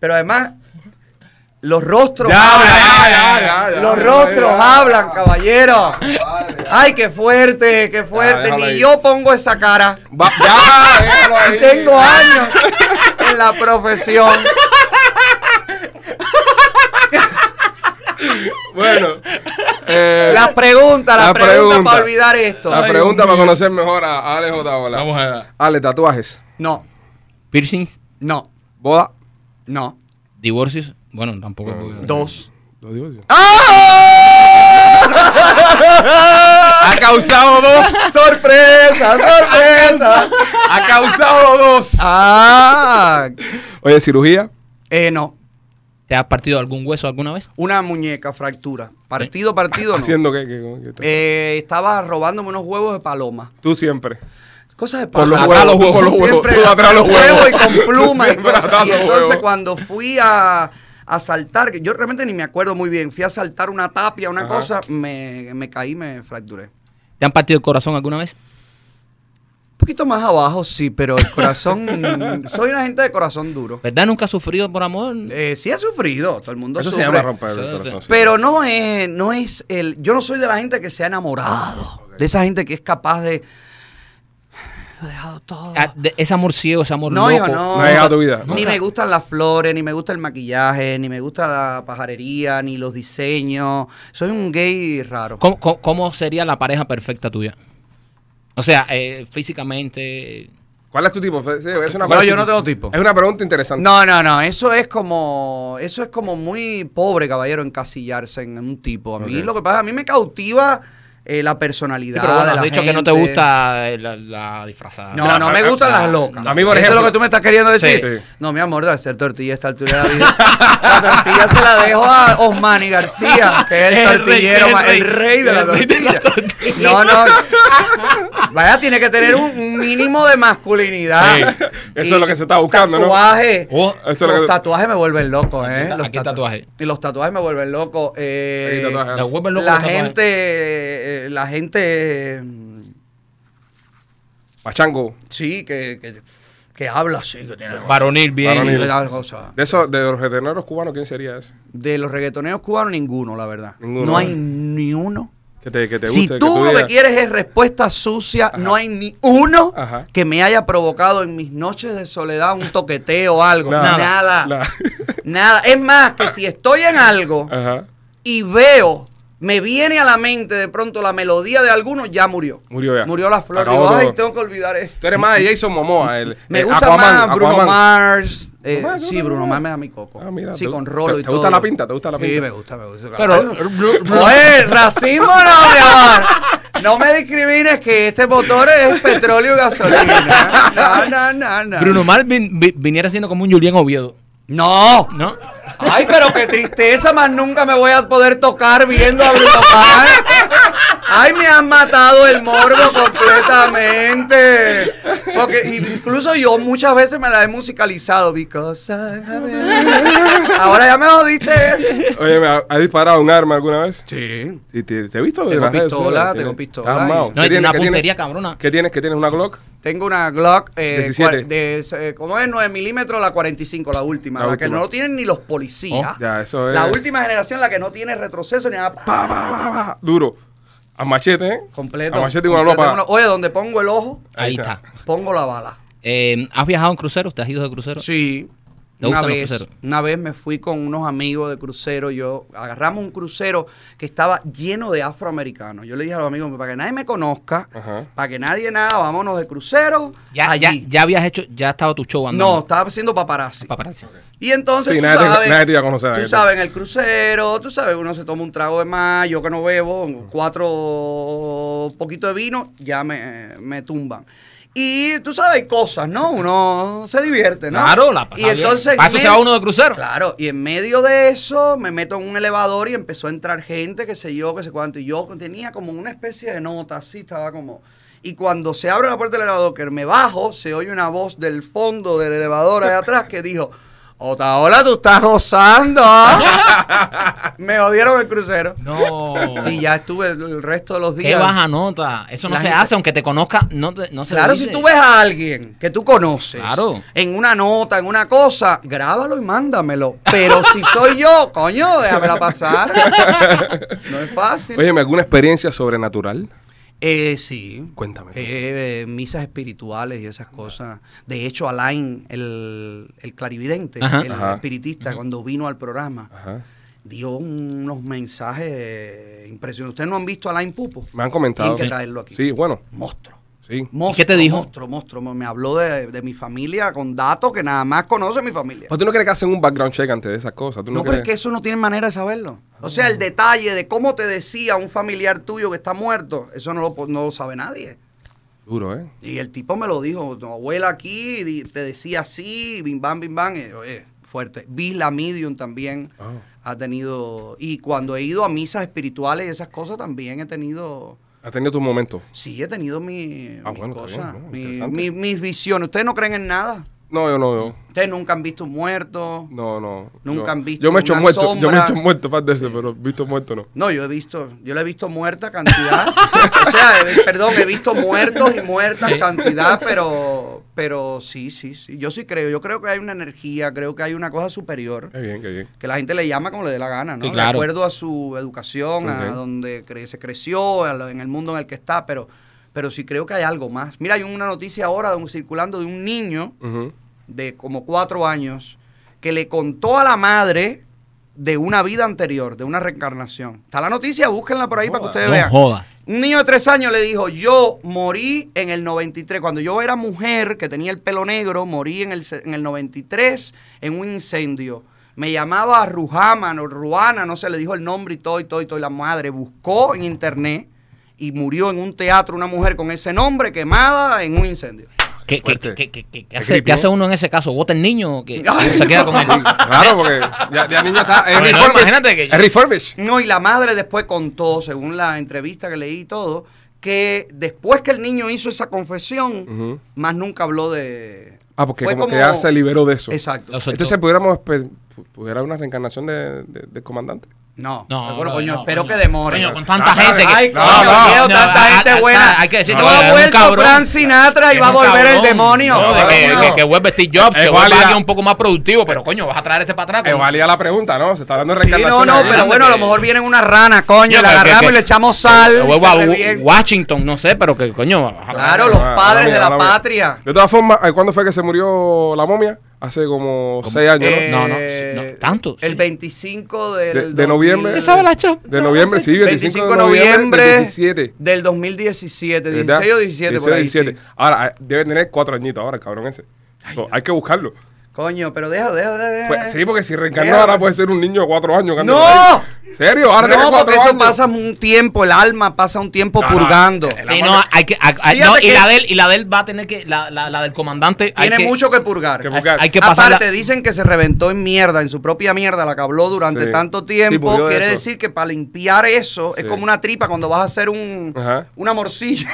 Pero además, los rostros. hablan. Los rostros hablan, caballero. Ay, qué fuerte, qué fuerte.
déjalo
Ni
ahí.
yo pongo esa cara.
Va- ya, déjalo ahí.
Tengo años en la profesión.
Bueno, eh,
Las preguntas, las
La
preguntas
pregunta.
para olvidar esto.
la pregunta para conocer mejor a Ale Otaola.
Vamos a
Ale, tatuajes.
No,
Piercings,
no,
Boda.
no.
divorcios. Bueno, tampoco. porque-
Dos.
Lo digo yo.
¡Ah!
causado dos sorpresas, sorpresas. Ha causado dos.
Ah,
Oye, cirugía.
eh, no.
¿Te has partido algún hueso alguna vez?
Una muñeca, fractura. Partido, partido, no.
Haciendo que, que- que-
Eh, estaba robándome unos huevos de paloma.
tú siempre.
Cosas de
Por los
paloma.
huevos,
los
por los
Siempre
huevos. Tú atrás los huevos.
huevos y con pluma y
Siempre
cosas.
atrás
Y
los
entonces
huevos.
cuando fui a, a saltar, que yo realmente ni me acuerdo muy bien, fui a saltar una tapia, una
Ajá.
cosa, me, me caí, me fracturé.
¿Te han partido el corazón alguna vez?
Un poquito más abajo, sí, pero el corazón... soy una gente de corazón duro.
¿Verdad? ¿Nunca has sufrido por amor?
Eh, sí he sufrido, todo el mundo
Eso se
sufre.
llama romper el
Eso-
corazón. sí.
Pero no es, no es el. Yo no soy de la gente que se ha enamorado. De esa gente que es capaz de. Lo he dejado todo.
Ah, de- ese amor ciego, ese amor
No,
loco.
hijo, no.
No ha llegado a tu vida.
Ni
Nunca.
me gustan las flores, ni me gusta el maquillaje, ni me gusta la pajarería, ni los diseños. Soy un gay raro.
¿Cómo, cómo, cómo sería la pareja perfecta tuya? O sea, eh, físicamente...
¿Cuál es tu tipo? Sí, es una
Bueno,
pregunta-
yo no tengo tipo.
Es una pregunta interesante.
No, no, no. Eso es como. Eso es como muy pobre, caballero, encasillarse en un tipo. A mí
Ok.
lo que pasa, a mí me cautiva eh, la
Sí,
personalidad.
pero bueno,
de
has
la
dicho que no te
gente.
gusta eh, la, la disfrazada.
No, no me gustan las locas.
Ah. A mí, por
¿Eso
ejemplo-
es lo que tú me estás queriendo decir?
Sí. Sí.
No, mi amor, de hacer tortilla a esta altura de la vida. La tortilla se la dejo a Osmani García, que es el,
El rey,
tortillero,
el
ma- el,
rey.
rey de la
El rey de
tortilla. No, no. Vaya, tiene que tener un- un mínimo de masculinidad.
Sí. Eso es lo que se está buscando, ¿no?
tatuaje.
Oh,
¿no?
eso es lo
los
que-
tatuajes me vuelven loco, ¿eh?
está-
Los
aquí
tatu-
tatuaje.
Y los tatuajes me vuelven loco. Eh,
Aquí tatuaje.
La vuelven loco
la
los tatuajes.
gente, eh, la gente, eh,
Pachango.
Sí, que, que, que habla así, que tiene
Varonil bien.
Varonil.
que tal cosa.
De esos, de los reteneros cubanos, ¿quién sería ese?
De los reggaetoneros cubanos, ninguno, la verdad.
Ninguno.
No hay ni uno.
Que te, que te
si
guste.
tú, lo que
digas-
quieres es respuesta sucia, no hay ni uno
Ajá.
que me haya provocado en mis noches de soledad un toqueteo o algo.
Nada.
Nada. Nada.
Nada. Ah.
Es más, que si estoy en algo
Ajá.
y veo, me viene a la mente de pronto la melodía de alguno, ya murió.
Murió ya.
Murió la flor.
Acabó
Digo,
todo.
ay, tengo que olvidar esto.
Tú eres más de Jason Momoa. El,
Me
el
gusta
Eh, Aquaman,
más Bruno
Aquaman.
Mars. eh,
Bruno Mars,
sí,
Bruno
Bruno
Mars.
Mars me da mi coco.
Ah, mira,
sí,
te-
con rolo
te-
y
te
todo.
gusta la pinta, te gusta la pinta.
Sí, me gusta, me gusta.
Pero-
Oye, racismo no, mi amor. No me discrimines que este motor es petróleo y gasolina. No, no, no, no.
Bruno Mars vin- vi- viniera siendo como un Julián Oviedo,
No.
¿no?
Ay, pero qué tristeza, más nunca me voy a poder tocar viendo a Bruno Mars. Ay, me han matado el morbo completamente. Porque incluso yo muchas veces me la he musicalizado. Because I have- Ahora ya me jodiste.
Oye, ¿me ha- ¿has disparado un arma alguna vez?
Sí.
¿Y te, te he visto? en
Tengo
las redes
pistola,
sociales?
tengo
¿Tienes-
pistola.
estás armado?
No,
¿Qué
No, y tiene
tienes?
una
¿Qué tienes?
puntería cabrona.
¿Qué tienes? ¿Qué tienes? ¿Una Glock?
Tengo una Glock eh,
17.
cua- de, eh, ¿cómo es? 9 milímetros, la 45, la última.
La
La,
última.
que no tienen ni los policías.
Oh, ya, eso
La
es-
última generación, la que no tiene retroceso ni nada.
Pa, pa, pa, pa. Duro. A machete, ¿eh?
Completo.
A machete y una
Completo.
lopa.
Uno- Oye, donde pongo el ojo,
Ahí
Ahí está.
está.
pongo la bala.
Eh, ¿Has viajado en crucero? ¿Te has ido de crucero?
Sí.
¿Te
Una
gustan los
vez,
cruceros?
una vez me fui con unos amigos de crucero. Yo agarramos un crucero que estaba lleno de afroamericanos. Yo le dije a los amigos, para que nadie me conozca,
Ajá.
para que nadie nada, vámonos de crucero.
Ya, ya,
allí.
ya habías hecho, ya estaba tu show andando.
No, estaba haciendo paparazzi.
Paparazzi.
Y entonces
Sí,
tú
nadie te-
sabes,
nadie te iba a conocer,
tú
nadie.
sabes, en el crucero, tú sabes, uno se toma un trago de más, yo que no bebo, cuatro poquito de vino, ya me, me tumban. Y tú sabes, hay cosas, ¿no? Uno se divierte, ¿no?
Claro, la
Y
pasaba bien.
entonces...
Para eso se
me-
va uno de crucero.
Claro, y en medio de eso me meto en un elevador y empezó a entrar gente, qué sé yo, qué sé cuánto. Y yo tenía como una especie de nota, así estaba como. Y cuando se abre la puerta del elevador, que me bajo, se oye una voz del fondo del elevador allá atrás que dijo: Otaola, tú estás gozando. ah". me odiaron el crucero.
No.
Y ya estuve el- el resto de los días.
Qué baja nota. Eso no
La
se
gente-
hace, aunque te conozca, no, te- no se
Claro,
le dice.
si tú ves a alguien que tú conoces
Claro.
en una nota, en una cosa, grábalo y mándamelo. Pero si soy yo, coño, déjamela pasar. No es fácil.
Oye, ¿alguna experiencia sobrenatural?
Eh, sí.
Cuéntame.
Eh, eh, misas espirituales y esas cosas. De hecho, Alain, el, el clarividente,
Ajá.
el
Ajá. Ah.
espiritista, cuando vino al programa,
Ajá.
dio un- unos mensajes impresionantes. ¿Ustedes no han visto a Alain Pupo?
Me han comentado.
Tienen que traerlo aquí.
Sí, bueno,
Monstruo.
sí.
Monstruo,
qué te dijo?
Monstruo, monstruo. Me me habló de, de mi familia con datos que nada más conoce mi familia.
¿Pero tú no crees que hacen un background check antes de esas cosas? ¿Tú
No, pero
crees Ah.
es que eso no tienen manera de saberlo. O sea, el detalle de cómo te decía un familiar tuyo que está muerto, eso no lo, po- no lo sabe nadie.
Duro, ¿eh?
Y el tipo me lo dijo, tu abuela aquí, di- te decía así, bim bam, bim bam, eh, oye, fuerte. Vi la medium también,
Ah.
ha tenido, y cuando he ido a misas espirituales y esas cosas también he tenido,
Has tenido tu momento.
sí, he tenido mi,
Ah,
mis
bueno, está
cosas,
bien, ¿no?
mi-
Interesante.
mi- mis visiones. Ustedes no creen en nada,
No, yo no, yo.
ustedes nunca han visto un muerto.
No, no.
Nunca
yo-
han visto
Yo me he hecho
una
muerto, yo me he
sombra.
hecho muerto un par de veces, pero visto muerto no.
No, yo he visto, yo la he visto muerta cantidad. o sea, he- perdón, he visto muertos y muertas cantidad, pero, pero sí, sí, sí. Yo sí creo, yo creo que hay una energía, creo que hay una cosa superior
Qué bien, qué bien.
que la gente le llama como le dé la gana, ¿no?
Sí, claro.
De acuerdo a su educación, a
Ok.
donde cre- se creció, a lo- en el mundo en el que está, pero, pero sí creo que hay algo más. Mira, hay una noticia ahora de un- circulando de un niño
Ujú.
de como cuatro años que le contó a la madre de una vida anterior, de una reencarnación. Está la noticia, búsquenla por ahí para que ustedes
No
vean.
jodas.
Un niño de tres años le dijo, yo morí en el 93. Cuando yo era mujer, que tenía el pelo negro, morí en el, se- en el 93 en un incendio. Me llamaba Rujama, no, Ruana, no sé, le dijo el nombre y todo, y todo, y todo. Y la madre buscó en internet y murió en un teatro una mujer con ese nombre quemada en un incendio.
¿Qué, qué-
Fuerte.
qué- qué- qué- qué
Qué
hace,
creepy,
qué hace
¿no?
uno en ese caso? ¿Vota el niño o qué?
Ay,
se queda con
Sí,
él?
Claro, porque ya, ya el niño está. Es
Bueno,
refurbished.
imagínate que yo-
Es refurbished.
No, y la madre después contó, según la entrevista que leí y todo, que después que el niño hizo esa confesión,
Ujú.
más nunca habló de...
Ah, porque
Fue
como, que ya se liberó de eso.
Exacto.
Lo soltó.
Entonces pudiéramos esper- pu- pudiera una reencarnación de, de- del comandante.
No,
No,
no, bueno,
no,
coño,
no,
espero
coño.
que demore.
Coño, con tanta
Ah,
gente que.
Ay,
No,
coño,
no,
Diego,
no,
tanta
a-
gente
a-
buena.
a- hay que decir,
no
no,
ha
es un
vuelto
cabrón.
Frank Sinatra y
que
va a
no,
volver el
cabrón,
demonio.
no, de que,
Coño.
que, que vuelve Steve Jobs,
Es
que vuelve
válida.
alguien un poco más productivo, pero coño, vas a traer ese para atrás.
Que
coño.
valía la pregunta, ¿no? Se está hablando de
Sí, no,
reencarnación.
no,
ahí.
pero bueno, a lo mejor viene una rana, coño,
Coño,
y la
que-
agarramos
que-
y le echamos sal.
que
y
vuelva a
sale
Wa-
bien.
Washington, no sé, pero que coño. vas a-
Claro, los
Ah,
padres
mala
de la
mía, mala mía.
patria.
De todas formas, ¿eh, ¿cuándo fue que se murió la momia? Hace como seis años, ¿no?
Eh,
No, no, sí, no, tanto,
El
sí.
25 del
De- de noviembre.
2000.
¿Usted sabe
la chapa?
De noviembre, sí,
25 de
del
noviembre
17.
del 2017,
¿verdad?
16 o 17
16 o
por ahí.
17.
sí.
Ahora, eh, debe tener cuatro añitos ahora, el cabrón ese. So, hay que buscarlo.
Coño, pero deja, deja, deja.
Pues, sí, porque si reencarna
Déjalo.
ahora puede ser un niño de cuatro años. que anda
¡No!
por ahí. ¿Serio? Ahora tiene
no,
cuatro
porque eso
años.
pasa un tiempo, el alma pasa un tiempo
No, no,
purgando.
el
Sí, no, hay que. hay- hay-
Fíjate
no, y
que-
la de él, y la de él va a tener que. La, la, la del comandante. hay
Tiene
que-
mucho que purgar.
Que
Hay,
buscar.
hay que pasar.
Aparte, dicen que se reventó en mierda, en su propia mierda, la que habló durante
Sí.
tanto
Sí,
tiempo.
murió de
Quiere
eso.
decir que para limpiar eso
Sí.
es como una tripa cuando vas a hacer un,
Ajá.
una morcilla.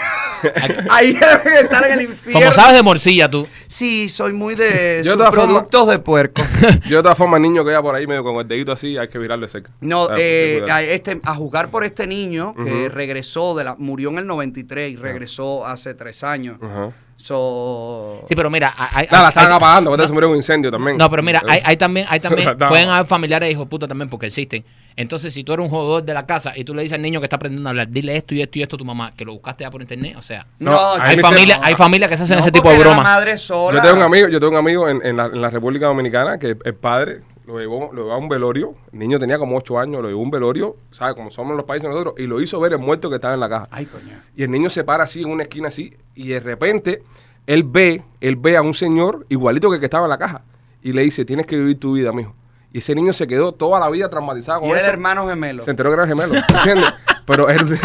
Ahí deben estar en el infierno.
Como sabes de morcilla tú.
Sí, soy muy de
Yo de todas formas- Ah, pues
productos de puerco.
Yo de todas formas, niño que vaya por ahí medio con el dedito así, hay que virarlo de cerca.
No,
Ah,
eh,
hay que
a,
cuidar.
este, a jugar por este niño que
Ujú. Ah.
regresó, de la, murió en el 93 y regresó hace tres años.
Ajá.
So-
Sí, pero mira. hay- hay-
Nada, la estaban
hay-
apagando, porque se murió en un incendio también.
No, pero mira, hay, hay también, hay también,
Nada
pueden
más.
haber familiares hijos puta también porque existen. Entonces, si tú eres un jugador de la casa y tú le dices al niño que está aprendiendo a hablar, dile esto y esto y esto a tu mamá, que lo buscaste ya por internet, o sea,
No, Ahí me
hay
chico,
familia,
hicieron-
no.
hay familias que se hacen
No,
ese tipo de
porque era
bromas.
madre sola.
Yo tengo un amigo, yo tengo un amigo en, en la, en la República Dominicana que el padre lo llevó, lo llevó a un velorio. El niño tenía como 8 años, lo llevó a un velorio, ¿sabes? Como somos los países nosotros, y lo hizo ver el muerto que estaba en la caja.
Ay, coño.
Y el niño se para así en una esquina así, y de repente él ve, él ve a un señor igualito que el que estaba en la caja, y le dice: Tienes que vivir tu vida, mijo. Y ese niño se quedó toda la vida traumatizado con
Y era el
esto.
hermano gemelo.
Se enteró que era gemelo, ¿entiendes? Pero era, un-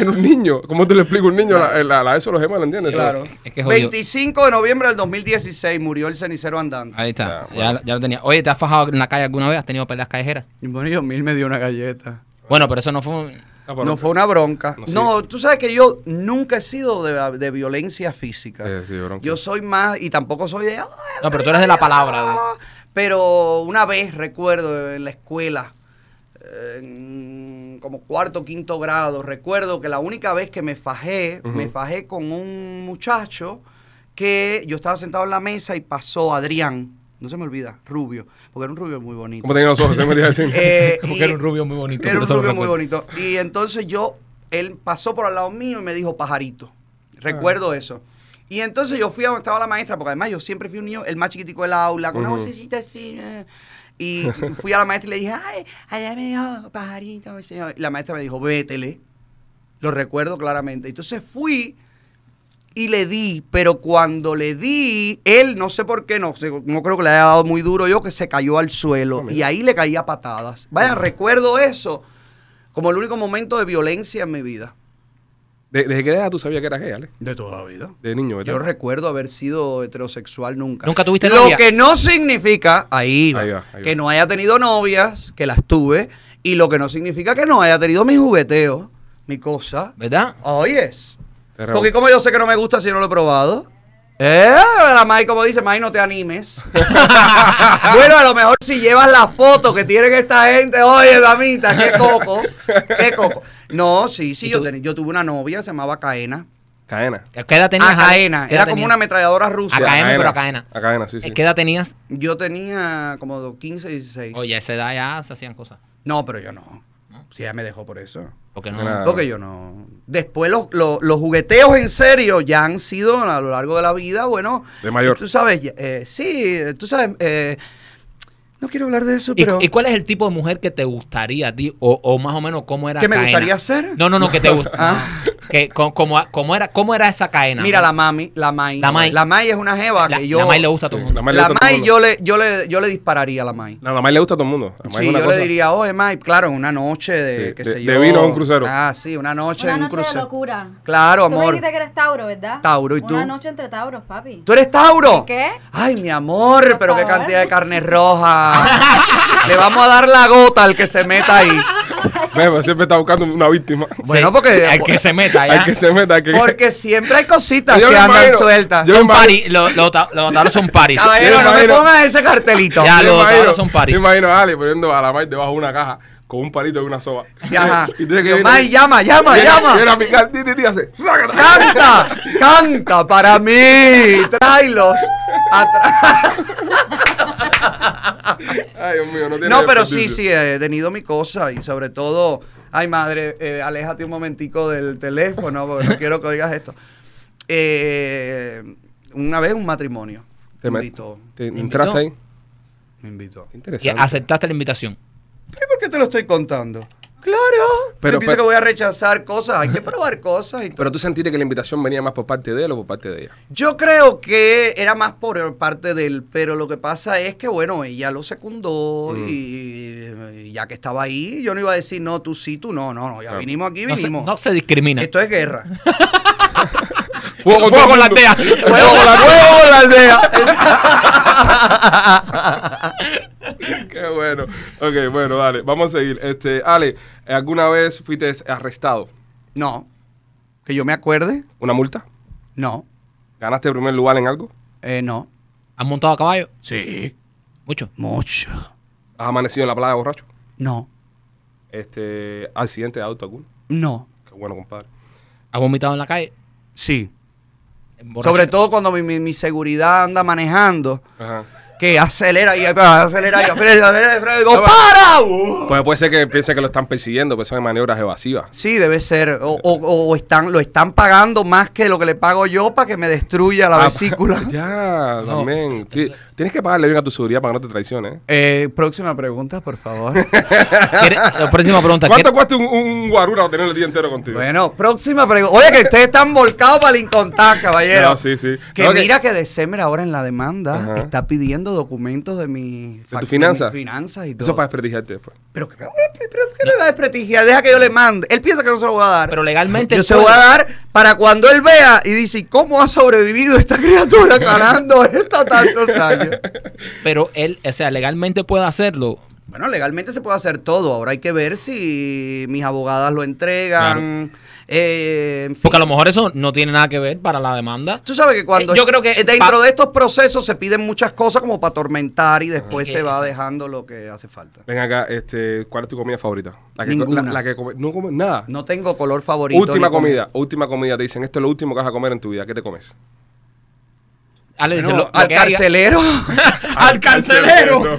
era un niño. ¿Cómo te lo explico a un niño? La, la- la- eso los gemelos, ¿entiendes?
Claro.
Es que es jodido.
25 de noviembre del 2016 murió el cenicero andante.
Ahí está,
Ya,
ya, ya lo tenía. Oye, ¿te has fajado en la calle alguna vez? ¿Has tenido peleas callejeras?
Y bueno, yo mil me dio una galleta.
Bueno, pero eso no fue un-
Ah, pero-
No fue una bronca.
No, sí.
No, tú sabes que yo nunca he sido de, de violencia física.
Eh, sí, bronca.
Yo soy más, y tampoco soy de... "Ah,
No, pero tú eres de la palabra. de-
Pero una vez recuerdo en la escuela, eh, en como cuarto, quinto grado, recuerdo que la única vez que me fajé, me fajé con un muchacho que yo estaba sentado en la mesa y pasó Adrián, no se me olvida, rubio, porque era un rubio muy bonito.
¿Cómo tenía los ojos? Eso me iba a decir.
Eh,
Porque
y-
era un rubio muy bonito,
Era
por
un
eso lo
rubio muy bonito. Y entonces yo, él pasó por al lado mío y me dijo pajarito. Recuerdo
Ah.
eso. Y entonces yo fui a donde estaba la maestra, porque además yo siempre fui un niño, el más chiquitico del aula, con una
Ujú.
vocecita así. eh. Y fui a la maestra y le dije, ay, allá me dijo pajarito, el señor. Y la maestra me dijo, vétele. Lo recuerdo claramente. Entonces fui y le di, pero cuando le di, él no sé por qué, no, sé, no creo que le haya dado muy duro yo, que se cayó al suelo y ahí le caía patadas. Vaya, recuerdo eso como el único momento de violencia en mi vida.
De- ¿Desde qué edad tú sabías que eras gay, Ale?
De toda la vida.
De niño, ¿verdad?
Yo recuerdo haber sido heterosexual nunca.
¿Nunca tuviste
Lo
novia?
que no significa, ahí, va,
Ahí va, ahí
que
va.
no haya tenido novias, que las tuve, y lo que no significa que no haya tenido mi jugueteo, mi cosa.
¿Verdad?
Oyes.
Te rebo-
Porque como yo sé que no me gusta si no lo he probado. Eh, la May como dice, May no te animes. bueno, a lo mejor si llevas la foto que tienen esta gente, oye, damita, qué coco, qué coco. No, sí, sí,
¿Y
yo,
tú?
teni- yo tuve una novia, se llamaba Caena.
Caena.
¿Qué edad tenías?
Ah,
Ale?
Caena,
¿Qué edad
era como
tenías?
una ametralladora rusa.
A Caena, pero a Caena.
A Caena, sí, sí.
¿Qué edad tenías?
Yo tenía como 15, 16.
Oye, a esa edad ya se hacían cosas.
No, pero yo no. Si ella me dejó por eso.
Porque no.
Era- Claro.
Porque yo no. Después los, los- los jugueteos en serio ya han sido a lo largo de la vida, bueno.
De mayor.
Tú sabes, eh, sí, tú sabes. eh, no quiero hablar de eso,
¿Y,
pero.
y cuál es el tipo de mujer que te gustaría a ti? O, o más o menos cómo era
¿Qué me
Caena?
gustaría ser?
No, no, no, que te gusta.
Ah.
que, co- como, como era, ¿Cómo era esa Caena?
Mira,
¿no?
la mami, la Mai.
La Mai.
es una jeva
La,
que yo.
la May le gusta a todo
Sí,
el mundo.
la May le
la
gusta a todo el
Mai,
mundo.
yo le, yo, le, yo le dispararía a la Mai.
No, la May le gusta a todo el mundo. La May es
Sí, yo
una
le
cosa-
diría, oye, Mai, claro, una noche de,
Sí,
qué
de-
sé
de
yo.
vino a un crucero.
Ah, sí, una noche
Una
en un
noche de
crucero.
locura.
Claro,
Tú me
amor.
dijiste que eres Tauro, ¿verdad?
Tauro, ¿y
Una
tú?
noche entre Tauros, papi.
¿Tú eres Tauro?
¿Qué?
Ay, mi amor,
Por
pero qué
favor.
cantidad de carne roja. Le vamos a dar la gota al que se meta ahí.
Ve, pero siempre está buscando una víctima.
Bueno,
Sí,
porque-
Al que se meta
Hay
ya.
que se meta, hay que...
Porque siempre hay cositas
Yo
que
me
andan
imagino,
sueltas.
yo-
Son party. Los lo, lo, lo- son party.
yo
Caballero,
me
no me
imagino-
pongas ese cartelito.
Ya,
Yo
lo-
me
ahora
imagino-
son paris.
yo me imagino a Ale poniendo a la May debajo de una caja con un palito y una soga.
Ajá.
Y tiene que
Yo,
venir-
May, llama, llama,
Viene-
llama.
Viene a picar, ti, ti, ti, hace... ¡rácata!
Canta, canta para mí. Tráelos. atrás.
Ay, Dios mío, no tiene
No, pero sí,
desperdicio.
sí, he tenido mi cosa y sobre todo, ay madre, eh, aléjate un momentico del teléfono porque no quiero que oigas esto. Eh, una vez un matrimonio.
Te
me
met-
invitó,
te-
Me
entraste ahí.
invitó.
me invitó. ¿Y
Que
Interesante.
aceptaste la invitación.
por qué te lo estoy contando? Claro,
Pero-
pero,
pero-
que voy a rechazar cosas, hay que probar cosas y todo.
Pero tú sentiste que la invitación venía más por parte de él o por parte de ella.
Yo creo que era más por parte de él, pero lo que pasa es que, bueno, ella lo secundó y, y ya que estaba ahí, yo no iba a decir, no, tú sí, tú no, no, no, ya
Claro.
vinimos aquí,
No se,
vinimos.
no se discrimina.
Esto es guerra.
Fuego
con
todo el
la
mundo.
aldea.
Fuego con la, fuego con la aldea.
Qué bueno. Ok, bueno, dale. Vamos a seguir. Este, Ale, ¿alguna vez fuiste arrestado?
no. Que yo me acuerde.
¿Una multa?
No.
¿Ganaste primer lugar en algo?
Eh, no.
¿Has montado a caballo?
Sí.
Mucho.
Mucho.
¿Has amanecido en la playa borracho?
No.
Este, ¿Accidente de auto alguno?
No.
Qué bueno, compadre.
¿Has vomitado en la calle?
Sí.
Borracho.
Sobre todo cuando mi, mi- mi seguridad anda manejando.
Ajá.
Que acelera y acelera y acelera, acelera, acelera, y digo,
No,
¡para! Uh.
Pues puede ser que piense que lo están persiguiendo, pues son maniobras evasivas.
Sí, debe ser. O, o- o están, lo están pagando más que lo que le pago yo para que me destruya la
Ah,
vesícula.
Ya,
No.
también. Ti- Tienes que pagarle bien a tu seguridad para que no te traiciones. ¿eh?
Eh, próxima pregunta, por favor.
¿Quieres- La próxima pregunta.
¿Cuánto
¿quieres-
cuesta un, un guarura tener el día entero contigo?
Bueno, próxima pregunta. Oye, que ustedes están volcados para el incontar, caballero.
No, sí, sí.
Que
No, que-
mira que de Semer ahora en la demanda
Ajá.
está pidiendo documentos de mi
¿De tu
mis
finanza?
finanzas y todo.
Eso es para desperdiciarte después.
Pero, ¿qué- pero, pero ¿qué le va a desprestigiar? Deja que yo le mande. Él piensa que no se lo voy a dar.
Pero legalmente.
yo
él
se lo voy
puede.
a dar para cuando él vea y dice, "¿Y ¿cómo ha sobrevivido esta criatura ganando esto tantos años?
Pero él, o sea, legalmente puede hacerlo.
Bueno, legalmente se puede hacer todo. Ahora hay que ver si mis abogadas lo entregan. Eh, en fin.
Porque a lo mejor eso no tiene nada que ver para la demanda.
Tú sabes que cuando
Eh, yo creo que
eh, dentro
pa-
de estos procesos se piden muchas cosas como para atormentar y después se va dejando lo que hace falta.
Ven acá, este, ¿cuál es tu comida favorita? La que,
Ninguna.
la- la que come- no comes nada.
No tengo color favorito.
última
ni comer.
comida, última comida. Te dicen, esto es lo último que vas a comer en tu vida. ¿Qué te comes?
Ale dice
Bueno,
lo- lo
al
que haya.
carcelero.
al carcelero.
Al carcelero.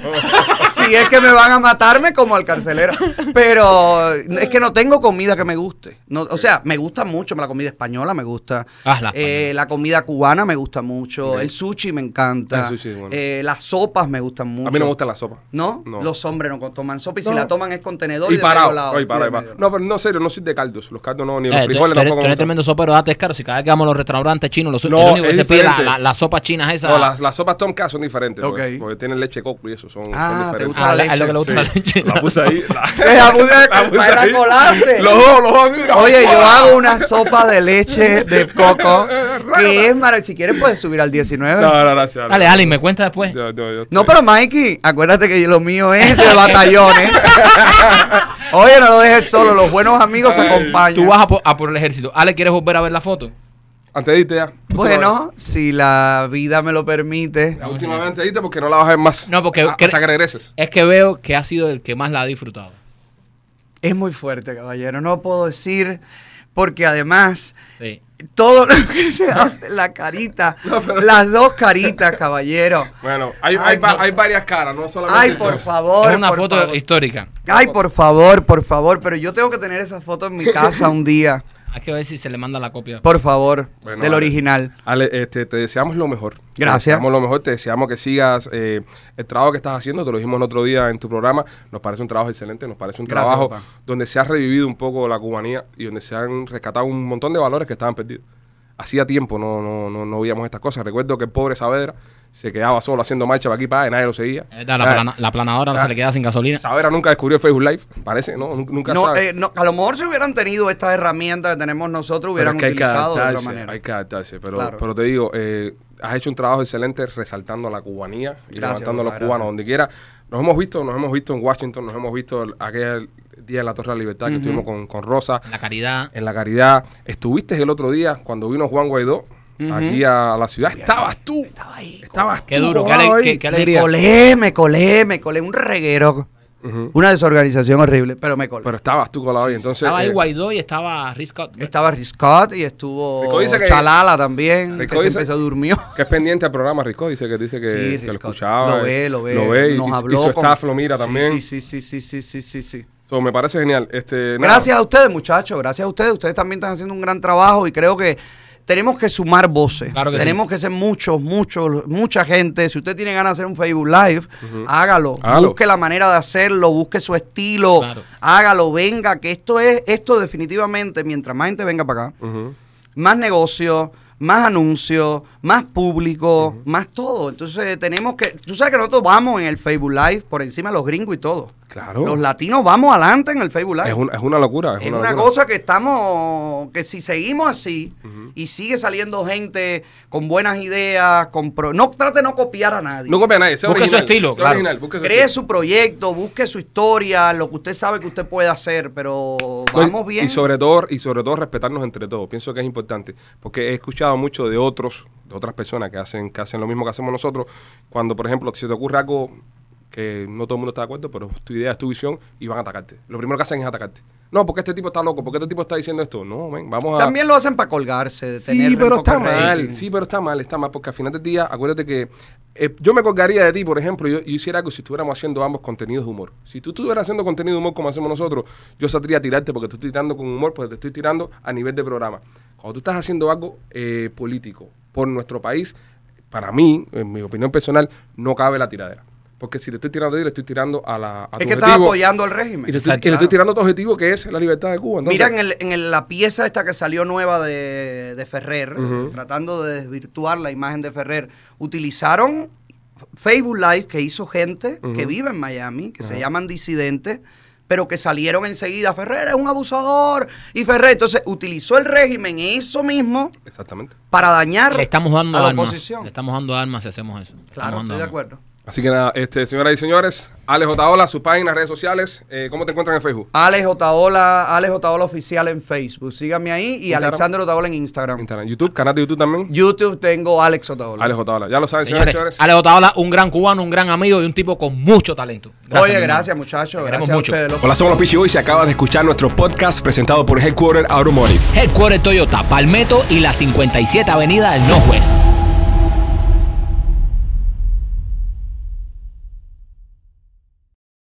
si es que me van a matarme como al carcelero. Pero es que no tengo comida que me guste. No, o sea, me gusta mucho la comida española, me gusta.
Ah, la
Eh, la comida cubana me gusta mucho. El sushi me encanta.
El sushi es bueno.
Eh, las sopas me gustan mucho.
A mí no me gusta la sopa.
¿No?
No.
Los hombres no toman sopa y si
No.
la toman es contenedor
Y
de
parado.
medio lado,
Ay, parado,
de
y parado.
medio lado.
No, pero no serio, no soy de caldos. Los caldos no, ni los
Eh, tú, tú
frijoles
eres,
tampoco.
tú
me
eres
gustan.
tremendo sopero, date es caro. Si cada vez que vamos a los restaurantes chinos, los,
No,
el único que
es
se pide la,
diferente.
la- las sopas chinas esas.
No, las, las sopas Tom K son diferentes.
Ok.
Porque, porque tienen leche coco y eso. Son, son
Ah,
diferentes.
¿te gusta
Ah,
la
la- es lo que le
leche?
gusta la leche.
La puse ahí. La,
Eh, abu-
la puse
para
ahí.
colarte.
Los ojos, los ojos. mira.
Oye, yo hago una sopa de leche de coco que es maravillosa. Si quieres puedes subir al 19.
No, no, gracias.
Dale, Ali, me cuenta después.
Yo- yo- yo estoy-
No, pero Mikey, acuérdate que lo mío es de batallones. Oye, no lo dejes solo, los buenos amigos se
Ay,
acompañan.
Tú vas a por, a por el ejército. Ale, ¿quieres volver a ver la foto?
Antes de irte ya.
Bueno, Pues si la vida me lo permite.
La última vez antes de irte porque no la vas a ver más.
No, porque-
a- Hasta que regreses.
Es que veo que ha sido el que más la ha disfrutado.
Es muy fuerte, caballero. No puedo decir, porque además,
Sí.
todo lo que se hace, la carita, las dos caritas, caballero.
Bueno, hay,
Ay,
hay, va-
no.
hay varias caras, no solamente.
Ay, por favor.
es una
por
foto
favor.
histórica.
Ay, por favor, por favor. Pero yo tengo que tener esa foto en mi casa un día.
Hay que ver si se le manda la copia.
Por favor,
Bueno,
del
vale.
original.
Ale, este, te deseamos lo mejor.
Gracias.
Te deseamos lo mejor, te deseamos que sigas eh, el trabajo que estás haciendo. Te lo dijimos el otro día en tu programa. Nos parece un trabajo excelente, nos parece un
Gracias,
trabajo
papá.
donde se ha revivido un poco la cubanía y donde se han rescatado un montón de valores que estaban perdidos. Hacía tiempo no, no, no, no veíamos estas cosas. Recuerdo que el pobre Saavedra se quedaba solo haciendo marcha para aquí para allá y nadie lo seguía.
Eh,
Es verdad, La,
Ah,
plana- la planadora
Ah.
se le queda sin gasolina.
Saavedra nunca descubrió Facebook Live, parece, ¿no? Nun- Nunca
No,
sabe.
eh, no, a lo mejor si hubieran tenido estas herramientas que tenemos nosotros, hubieran
Pero es que hay que
utilizado de otra
adaptarse,
manera.
Hay que adaptarse, pero,
Claro.
pero te digo, eh, has hecho un trabajo excelente resaltando la cubanía y
Gracias,
levantando a los
papá,
cubanos
gracias.
donde quiera. Nos hemos visto, nos hemos visto en Washington, nos hemos visto el- aquel día en la Torre de la Libertad que estuvimos con, con Rosa,
La caridad.
en la Caridad. Estuviste el otro día cuando vino Juan Guaidó aquí a la ciudad. Estabas tú,
Estaba ahí.
estabas
Qué
tú.
duro, qué,
colado
ale-
ahí.
qué- qué
Me
alegría.
colé, me colé, me colé. Un reguero.
Ujú.
Una desorganización horrible, pero me colé.
Pero estabas tú colado ahí, entonces...
Estaba ahí
eh,
Guaidó y estaba Risco.
estaba Riscott y estuvo
Rico dice que-
Chalala también,
Rico
que se
dice-
empezó durmió.
que es pendiente al programa Rico, dice que dice que,
Sí,
que lo
Riscott.
escuchaba.
Lo ve,
eh,
lo ve.
Lo ve y
Nos
hizo-
habló
hizo
con-
staff, lo mira
Sí,
también.
Sí, sí, sí, sí, sí, sí, sí, sí.
So, me parece genial. Este, nada.
Gracias a ustedes, muchachos. Gracias a ustedes. Ustedes también están haciendo un gran trabajo y creo que tenemos que sumar voces.
Claro que
tenemos que ser muchos, muchos, mucha gente. Si usted tiene ganas de hacer un Facebook Live, hágalo.
Hágalo.
Busque la manera de hacerlo, busque su estilo,
Claro.
hágalo, venga, que esto es, esto definitivamente, mientras más gente venga para acá,
Ujú.
más negocio, más anuncios, más público, más todo. Entonces tenemos que, tú sabes que nosotros vamos en el Facebook Live por encima de los gringos y todo.
Claro.
Los latinos vamos adelante en el Facebook Live.
Es, un- es una locura. Es,
Es
una,
una
locura.
cosa que estamos, que si seguimos así y sigue saliendo gente con buenas ideas, con pro- no trate de no copiar a nadie.
No copia a nadie. sea
Busque su
original,
estilo,
sea
claro.
original, busque su
Cree
estilo.
su proyecto, busque su historia, lo que usted sabe que usted puede hacer, pero
No, y-
vamos bien.
Y sobre todo, y sobre todo respetarnos entre todos. Pienso que es importante. Porque he escuchado mucho de otros, de otras personas que hacen, que hacen lo mismo que hacemos nosotros. Cuando, por ejemplo, se te ocurre algo que no todo el mundo está de acuerdo, pero es tu idea es tu visión y van a atacarte. Lo primero que hacen es atacarte. No, porque este tipo está loco, porque este tipo está diciendo esto. No, men, vamos a.
También lo hacen para colgarse, de tener
Sí,
un
pero
poco
está
de rating.
mal. Sí, pero está mal, está mal. Porque al final del día, acuérdate que eh, yo me colgaría de ti, por ejemplo, yo, yo hiciera algo si estuviéramos haciendo ambos contenidos de humor. Si tú estuvieras haciendo contenido de humor como hacemos nosotros, yo saldría a tirarte porque te estoy tirando con humor, porque te estoy tirando a nivel de programa. Cuando tú estás haciendo algo eh, político por nuestro país, para mí, en mi opinión personal, no cabe la tiradera. Porque si te estoy tirando a ti, le estoy tirando a la. A tu
Es que estás
objetivo,
apoyando al
Y
régimen.
le, estoy, y le
Claro.
estoy tirando a tu objetivo, que es la libertad de Cuba. Entonces,
Mira en, el- en el- la pieza esta que salió nueva de, de Ferrer,
Ujú.
tratando de desvirtuar la imagen de Ferrer, utilizaron Facebook Live que hizo gente que
Ujú.
vive en Miami, que se llaman disidentes, pero que salieron enseguida, Ferrer es un abusador, y Ferrer, entonces utilizó el régimen eso mismo
Exactamente.
para dañar
Le estamos dando
a la
armas.
oposición.
Le estamos dando armas si hacemos eso. Estamos
Claro,
dando
estoy de
armas.
acuerdo.
Así que nada, este, señoras y señores, Alex Otaola, su página, redes sociales, eh, ¿cómo te encuentran en Facebook?
Alex Otaola, Alex Otaola Oficial en Facebook, síganme ahí, y
Instagram.
Alexander Otaola en Instagram.
Instagram, YouTube, canal de YouTube también.
YouTube tengo Alex Otaola.
Alex Otaola, ya lo saben, señoras y
Señores,
señores.
Ale Otaola, un gran cubano, un gran amigo y un tipo con mucho talento.
Oye,
mi hermano.
gracias muchachos,
Te queremos
gracias a
mucho.
ustedes. loco.
Hola, somos los Pichi Boys y acabas de escuchar nuestro podcast presentado por Headquarter Automotive.
Headquarter Toyota, Palmetto y la 57 Avenida del Northwest.